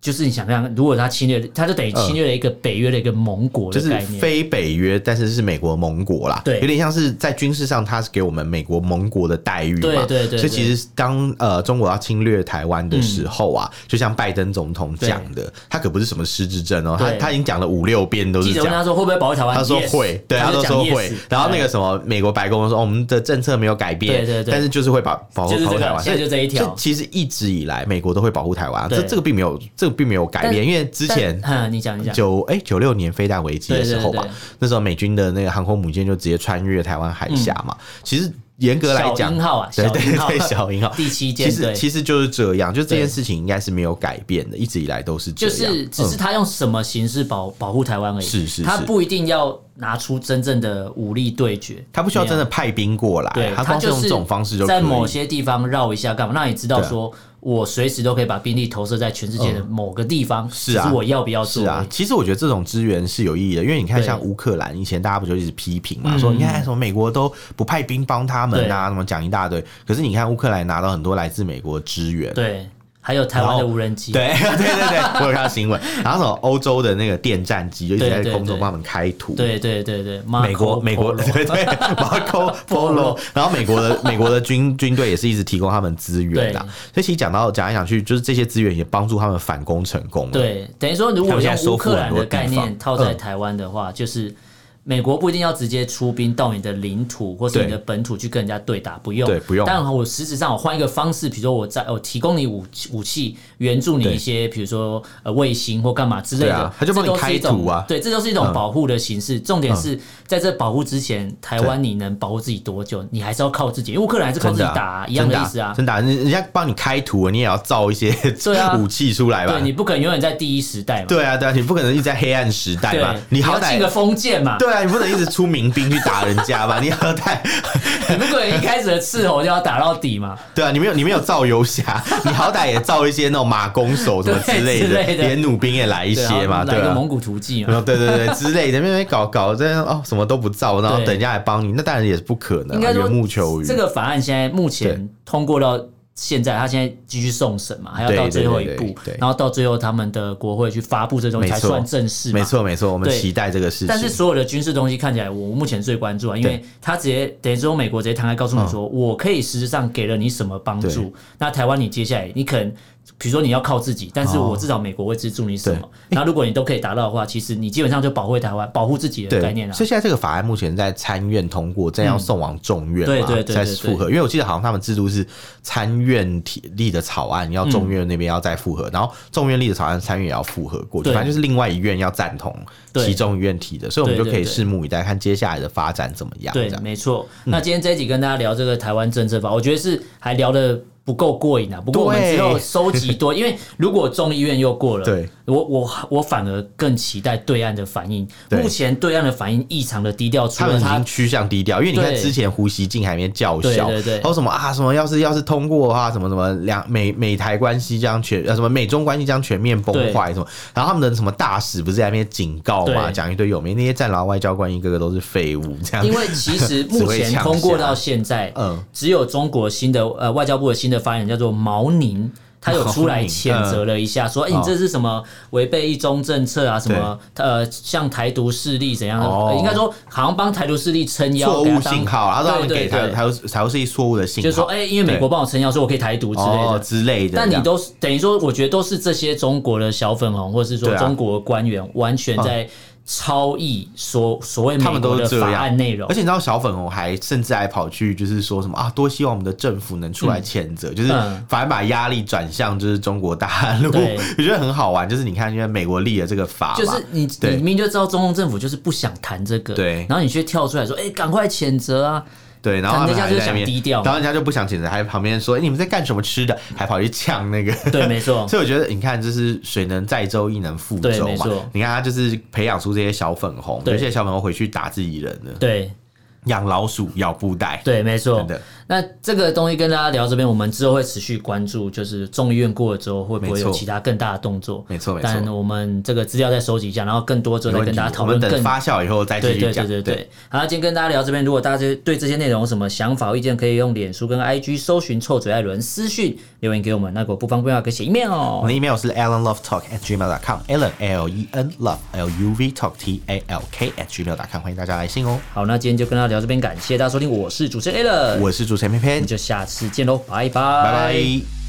Speaker 1: 就是你想象，如果他侵略，他就等于侵略了一个北约的一个盟国
Speaker 2: 就
Speaker 1: 的
Speaker 2: 是
Speaker 1: 概念，
Speaker 2: 非北约，但是是美国盟国啦，
Speaker 1: 对
Speaker 2: 有点像是在军事上，它是给我们美国盟国的待遇嘛，
Speaker 1: 对对对
Speaker 2: 所以其实当呃中国要侵略台湾的时候啊，
Speaker 1: 嗯
Speaker 2: 就像拜登总统讲的，他可不是什么失智症哦，他
Speaker 1: 对
Speaker 2: 他已经讲了五六遍都
Speaker 1: 记
Speaker 2: 是
Speaker 1: 者
Speaker 2: 这
Speaker 1: 问
Speaker 2: 样。
Speaker 1: 他说会不会保卫台湾，
Speaker 2: 他说
Speaker 1: Yes
Speaker 2: 会，对，他
Speaker 1: 就
Speaker 2: 都
Speaker 1: 讲
Speaker 2: 说
Speaker 1: yes 哎
Speaker 2: 会。然后那个什么，美国白宫说，哦我们的政策没有改变，
Speaker 1: 对对对
Speaker 2: 但是就是会保保护
Speaker 1: 就是这
Speaker 2: 保
Speaker 1: 个
Speaker 2: 护台湾，
Speaker 1: 现在就这一条
Speaker 2: 所以其实一直以来，美国都会保护台湾，啊
Speaker 1: 对
Speaker 2: 这这个并没有，这个并没有改变，
Speaker 1: 但
Speaker 2: 因为之前
Speaker 1: 但嗯，你讲你讲，
Speaker 2: 九哎九六年飞弹危机的时候吧，
Speaker 1: 对对对
Speaker 2: 那时候美军的那个航空母舰就直接穿越台湾海峡嘛。其实严格来
Speaker 1: 嗯小
Speaker 2: 讲
Speaker 1: 鹰，号啊，
Speaker 2: 对
Speaker 1: 小
Speaker 2: 对
Speaker 1: 鹰号
Speaker 2: 对，小鹰号。
Speaker 1: 第七
Speaker 2: 其
Speaker 1: 舰
Speaker 2: 实
Speaker 1: 队，
Speaker 2: 其实就是这样，就这件事情应该是没有改变的，一直以来都是这
Speaker 1: 就
Speaker 2: 样。
Speaker 1: 是只是
Speaker 2: 嗯、
Speaker 1: 他用什么形式保保护台湾而已，
Speaker 2: 是是
Speaker 1: 他
Speaker 2: 是
Speaker 1: 不一定要拿出真正的武力对决，
Speaker 2: 他不需要真
Speaker 1: 没
Speaker 2: 的
Speaker 1: 有。
Speaker 2: 派兵过
Speaker 1: 对
Speaker 2: 来，，啊
Speaker 1: 他
Speaker 2: 光是
Speaker 1: 就
Speaker 2: 用
Speaker 1: 是
Speaker 2: 这种方式就可以
Speaker 1: 在某些地方绕一下干嘛，让你知道
Speaker 2: 对啊嗯
Speaker 1: 说，我随时都可以把兵力投射在全世界的某个地方，
Speaker 2: 是啊
Speaker 1: 只我要不要做
Speaker 2: 是啊
Speaker 1: 而已，，
Speaker 2: 其实我觉得这种资源是有意义的，因为你看
Speaker 1: 对嗯
Speaker 2: 像乌克兰，以前大家不就一直批评嘛，说你看什么美国都不派兵帮他们啊，什么讲一大堆。可是你看乌克兰拿到很多来自美国的支援，
Speaker 1: 对。还有台湾的
Speaker 2: 然后
Speaker 1: 无人机，
Speaker 2: 对 对对对，我有看到新闻。然后什么欧洲的那个电战机就一直在
Speaker 1: 对对
Speaker 2: 空中
Speaker 1: 对
Speaker 2: 帮他们开图，
Speaker 1: 对对对对，
Speaker 2: 美国
Speaker 1: Marco
Speaker 2: 美国
Speaker 1: Polo
Speaker 2: 对对 Marco Polo，然后美国的美国的军军队也是一直提供他们资源的，啊
Speaker 1: 对
Speaker 2: 所以其实讲到讲来讲去，就是这些资源也帮助他们反攻成功了。
Speaker 1: 对，等于说如
Speaker 2: 他
Speaker 1: 果
Speaker 2: 们现
Speaker 1: 用
Speaker 2: 在收
Speaker 1: 乌
Speaker 2: 复
Speaker 1: 克
Speaker 2: 很
Speaker 1: 兰
Speaker 2: 多
Speaker 1: 的
Speaker 2: 地
Speaker 1: 概念
Speaker 2: 方
Speaker 1: 套在
Speaker 2: 嗯
Speaker 1: 台湾的话，就是美国不一定要直接出兵到你的领土或是
Speaker 2: 对
Speaker 1: 你的本土去跟人家对打，不用，
Speaker 2: 对不用
Speaker 1: 但我实质上我换一个方式，比如说我在我提供你武武器，援助你
Speaker 2: 对
Speaker 1: 一些，比如说呃卫星或干嘛之类
Speaker 2: 对
Speaker 1: 的，
Speaker 2: 啊他就
Speaker 1: 这
Speaker 2: 帮你
Speaker 1: 都是
Speaker 2: 开
Speaker 1: 一种
Speaker 2: 图啊
Speaker 1: 对，这就是一种
Speaker 2: 嗯
Speaker 1: 保护的形式。重点是在这保护之前，台湾你能保护自己多久？你还是要靠自己，因为乌克兰还是靠
Speaker 2: 真
Speaker 1: 自己
Speaker 2: 的啊
Speaker 1: 打啊、一样的
Speaker 2: 真
Speaker 1: 意
Speaker 2: 啊
Speaker 1: 思啊。
Speaker 2: 真的啊，人人家帮你开图，你也要造一些
Speaker 1: 对啊
Speaker 2: 武器出来吧
Speaker 1: 对，？你不可能永远在第一时代嘛。
Speaker 2: 对啊，对啊，你不可能一直在黑暗时代
Speaker 1: 对
Speaker 2: 吧？，你好
Speaker 1: 要进
Speaker 2: 歹
Speaker 1: 个封建嘛。
Speaker 2: 对啊，你不能一直出民兵去打人家吧？你好歹
Speaker 1: 你不可能一开始的斥候就要打到底嘛？
Speaker 2: 对啊，你没有你没有造游侠， 你好歹也造一些那种马弓手什么
Speaker 1: 对
Speaker 2: 之类
Speaker 1: 之
Speaker 2: 的，
Speaker 1: 类的
Speaker 2: 连弩兵也来一
Speaker 1: 对
Speaker 2: 些嘛，
Speaker 1: 啊来
Speaker 2: 对
Speaker 1: 个
Speaker 2: 吧？
Speaker 1: 蒙古图记
Speaker 2: 然
Speaker 1: 嘛？
Speaker 2: 后对对啊对之类的，那边搞搞这样哦，什么都不造，然后
Speaker 1: 对
Speaker 2: 等人家来帮你，那当然也是不可能、
Speaker 1: 应
Speaker 2: 啊，
Speaker 1: 该说
Speaker 2: 缘木求鱼。
Speaker 1: 这个法案现在目前通过到现在，他现在继续送审嘛，还要到最后一
Speaker 2: 对对
Speaker 1: 步
Speaker 2: 对对，对
Speaker 1: 然后到最后他们的国会去发布这东西
Speaker 2: 没
Speaker 1: 才
Speaker 2: 错
Speaker 1: 算正式嘛。
Speaker 2: 没错没错，我们
Speaker 1: 对
Speaker 2: 期待这个事情。啊
Speaker 1: 但是所有的军事东西看起来，我目前最关注啊，因为他直接等于说美国直接摊开告诉你说，我可以实质上给了你什么帮助
Speaker 2: 对。
Speaker 1: 那台湾你接下来你可能。比如说你要靠自己，但是我至少美国会资助你什么
Speaker 2: 对？
Speaker 1: 那如果你都可以达到的话，其实你基本上就保护台湾、保护自己的
Speaker 2: 对，
Speaker 1: 概念啊
Speaker 2: 所。以现在这个法案目前在参院通过，正要送往众院嘛，
Speaker 1: 对对对对
Speaker 2: 再复核。因为我记得好像他们制度是参院提立的草案要
Speaker 1: 嗯
Speaker 2: 众院那边要再复核，然后众院立的草案参院也要复核过去，
Speaker 1: 对
Speaker 2: 反正就是另外一院要赞同
Speaker 1: 对
Speaker 2: 其中一院提的，所以我们
Speaker 1: 对
Speaker 2: 就
Speaker 1: 对
Speaker 2: 可以
Speaker 1: 对
Speaker 2: 拭目以待，看接下来的发展怎么样。
Speaker 1: 对
Speaker 2: 这，样嗯
Speaker 1: 没错。那今天这一集跟大家聊这个台湾政策法，我觉得是还聊的不够过瘾啊。不过我们
Speaker 2: 对
Speaker 1: 之后收集多，因为如果众议院又过了，
Speaker 2: 对，
Speaker 1: 我我我反而更期待对岸的反应。
Speaker 2: 对
Speaker 1: 目前对岸的反应异常的低调，除
Speaker 2: 他
Speaker 1: 了
Speaker 2: 们已经
Speaker 1: 他。
Speaker 2: 趋向低调，因为你看
Speaker 1: 对
Speaker 2: 之前胡锡进还没叫嚣，
Speaker 1: 对对对
Speaker 2: 然后什么啊什么，要是要是通过的话，什么什么两美美台关系将全呃什么美中关系将全面崩坏什么，然后他们的什么大使不是在那边警告嘛，
Speaker 1: 对
Speaker 2: 讲一堆有名那些战狼外交官一个个都是废物这样
Speaker 1: 因。为其实目
Speaker 2: 只会
Speaker 1: 前
Speaker 2: 呛
Speaker 1: 通过
Speaker 2: 下
Speaker 1: 到现在，
Speaker 2: 嗯
Speaker 1: 只有中国新的呃外交部的新的发言人叫做毛宁，他有出来谴责了一下，
Speaker 2: 哦
Speaker 1: 说：“哎、你这是什么违背一中政策啊？什么呃，像台独势力怎样的？
Speaker 2: 哦
Speaker 1: 呃应该说好像帮台独势力撑腰，
Speaker 2: 错
Speaker 1: 给
Speaker 2: 误
Speaker 1: 他当
Speaker 2: 信号，然后他们给
Speaker 1: 对
Speaker 2: 台
Speaker 1: 对对
Speaker 2: 台台是一错误的信号，
Speaker 1: 就是说，哎、因为美
Speaker 2: 对
Speaker 1: 国帮我撑腰，所以我可以台独之类的。
Speaker 2: 哦之类的。
Speaker 1: 但
Speaker 2: 这
Speaker 1: 你
Speaker 2: 样
Speaker 1: 都是等于说，我觉得都是这些中国的小粉红，或者是说
Speaker 2: 对啊嗯
Speaker 1: 中国的官员，完全在超译所、所谓美
Speaker 2: 他们
Speaker 1: 国
Speaker 2: 都
Speaker 1: 的
Speaker 2: 是这
Speaker 1: 法
Speaker 2: 样
Speaker 1: 案内容
Speaker 2: 而。且你知道小粉红还甚至还跑去就是说什么啊，多希望我们的政府能出来谴责，就是
Speaker 1: 嗯
Speaker 2: 反而把压力转向就是中国大陆，
Speaker 1: 对
Speaker 2: 我觉得很好玩。就是你看，因为美国立了这个法嘛，
Speaker 1: 就是你，你
Speaker 2: 对
Speaker 1: 明明就知道中共政府就是不想谈这个，
Speaker 2: 对
Speaker 1: 然后你却跳出来说，哎、赶快谴责 啊！
Speaker 2: 对，然后
Speaker 1: 可能
Speaker 2: 他们
Speaker 1: 人家
Speaker 2: 还在
Speaker 1: 就是
Speaker 2: 那边
Speaker 1: 想低调嘛
Speaker 2: 然后人家就不想谴责，还旁边说、哎你们在干什么吃的，还跑去
Speaker 1: 嗯
Speaker 2: 呛那个。
Speaker 1: 对，没错，
Speaker 2: 所以我觉得，你看，就是水能载舟，亦能覆
Speaker 1: 对
Speaker 2: 舟
Speaker 1: 没
Speaker 2: 嘛
Speaker 1: 错。
Speaker 2: 你看他就是培养出这些小粉红，
Speaker 1: 对
Speaker 2: 有些小粉红回去打自己人了，
Speaker 1: 对
Speaker 2: 养老鼠，咬布袋，
Speaker 1: 对，没错
Speaker 2: 真。的。
Speaker 1: 那这个东西跟大家聊这边，我们之后会持续关注，就是众议院过了之后会不会有
Speaker 2: 没错
Speaker 1: 其他更大的动作？
Speaker 2: 没错没错
Speaker 1: 但我们这个资料再收集一下，然后更多之后再跟大家讨论
Speaker 2: 我们
Speaker 1: 更
Speaker 2: 等发酵以后再继
Speaker 1: 对
Speaker 2: 续
Speaker 1: 对
Speaker 2: 讲。
Speaker 1: 对对对。好，今天跟大家聊这边，如果大家对这些内容有什么想法、意见，可以用脸书跟 IG 搜寻“臭嘴艾伦”私讯留言给我们。那如果不方便的话，可以写 email
Speaker 2: 我
Speaker 1: 哦。
Speaker 2: 们的 email 是 alanlovetalk at gmail.com，alan l e n love l u v talk t a l k at gmail.com，欢迎大家来信哦。
Speaker 1: 好，那今天就跟大家聊这边，感谢大家收听，我是主持人 a l l n 我
Speaker 2: 我是主持人偏偏
Speaker 1: 们，就下次见喽，拜拜，
Speaker 2: 拜拜。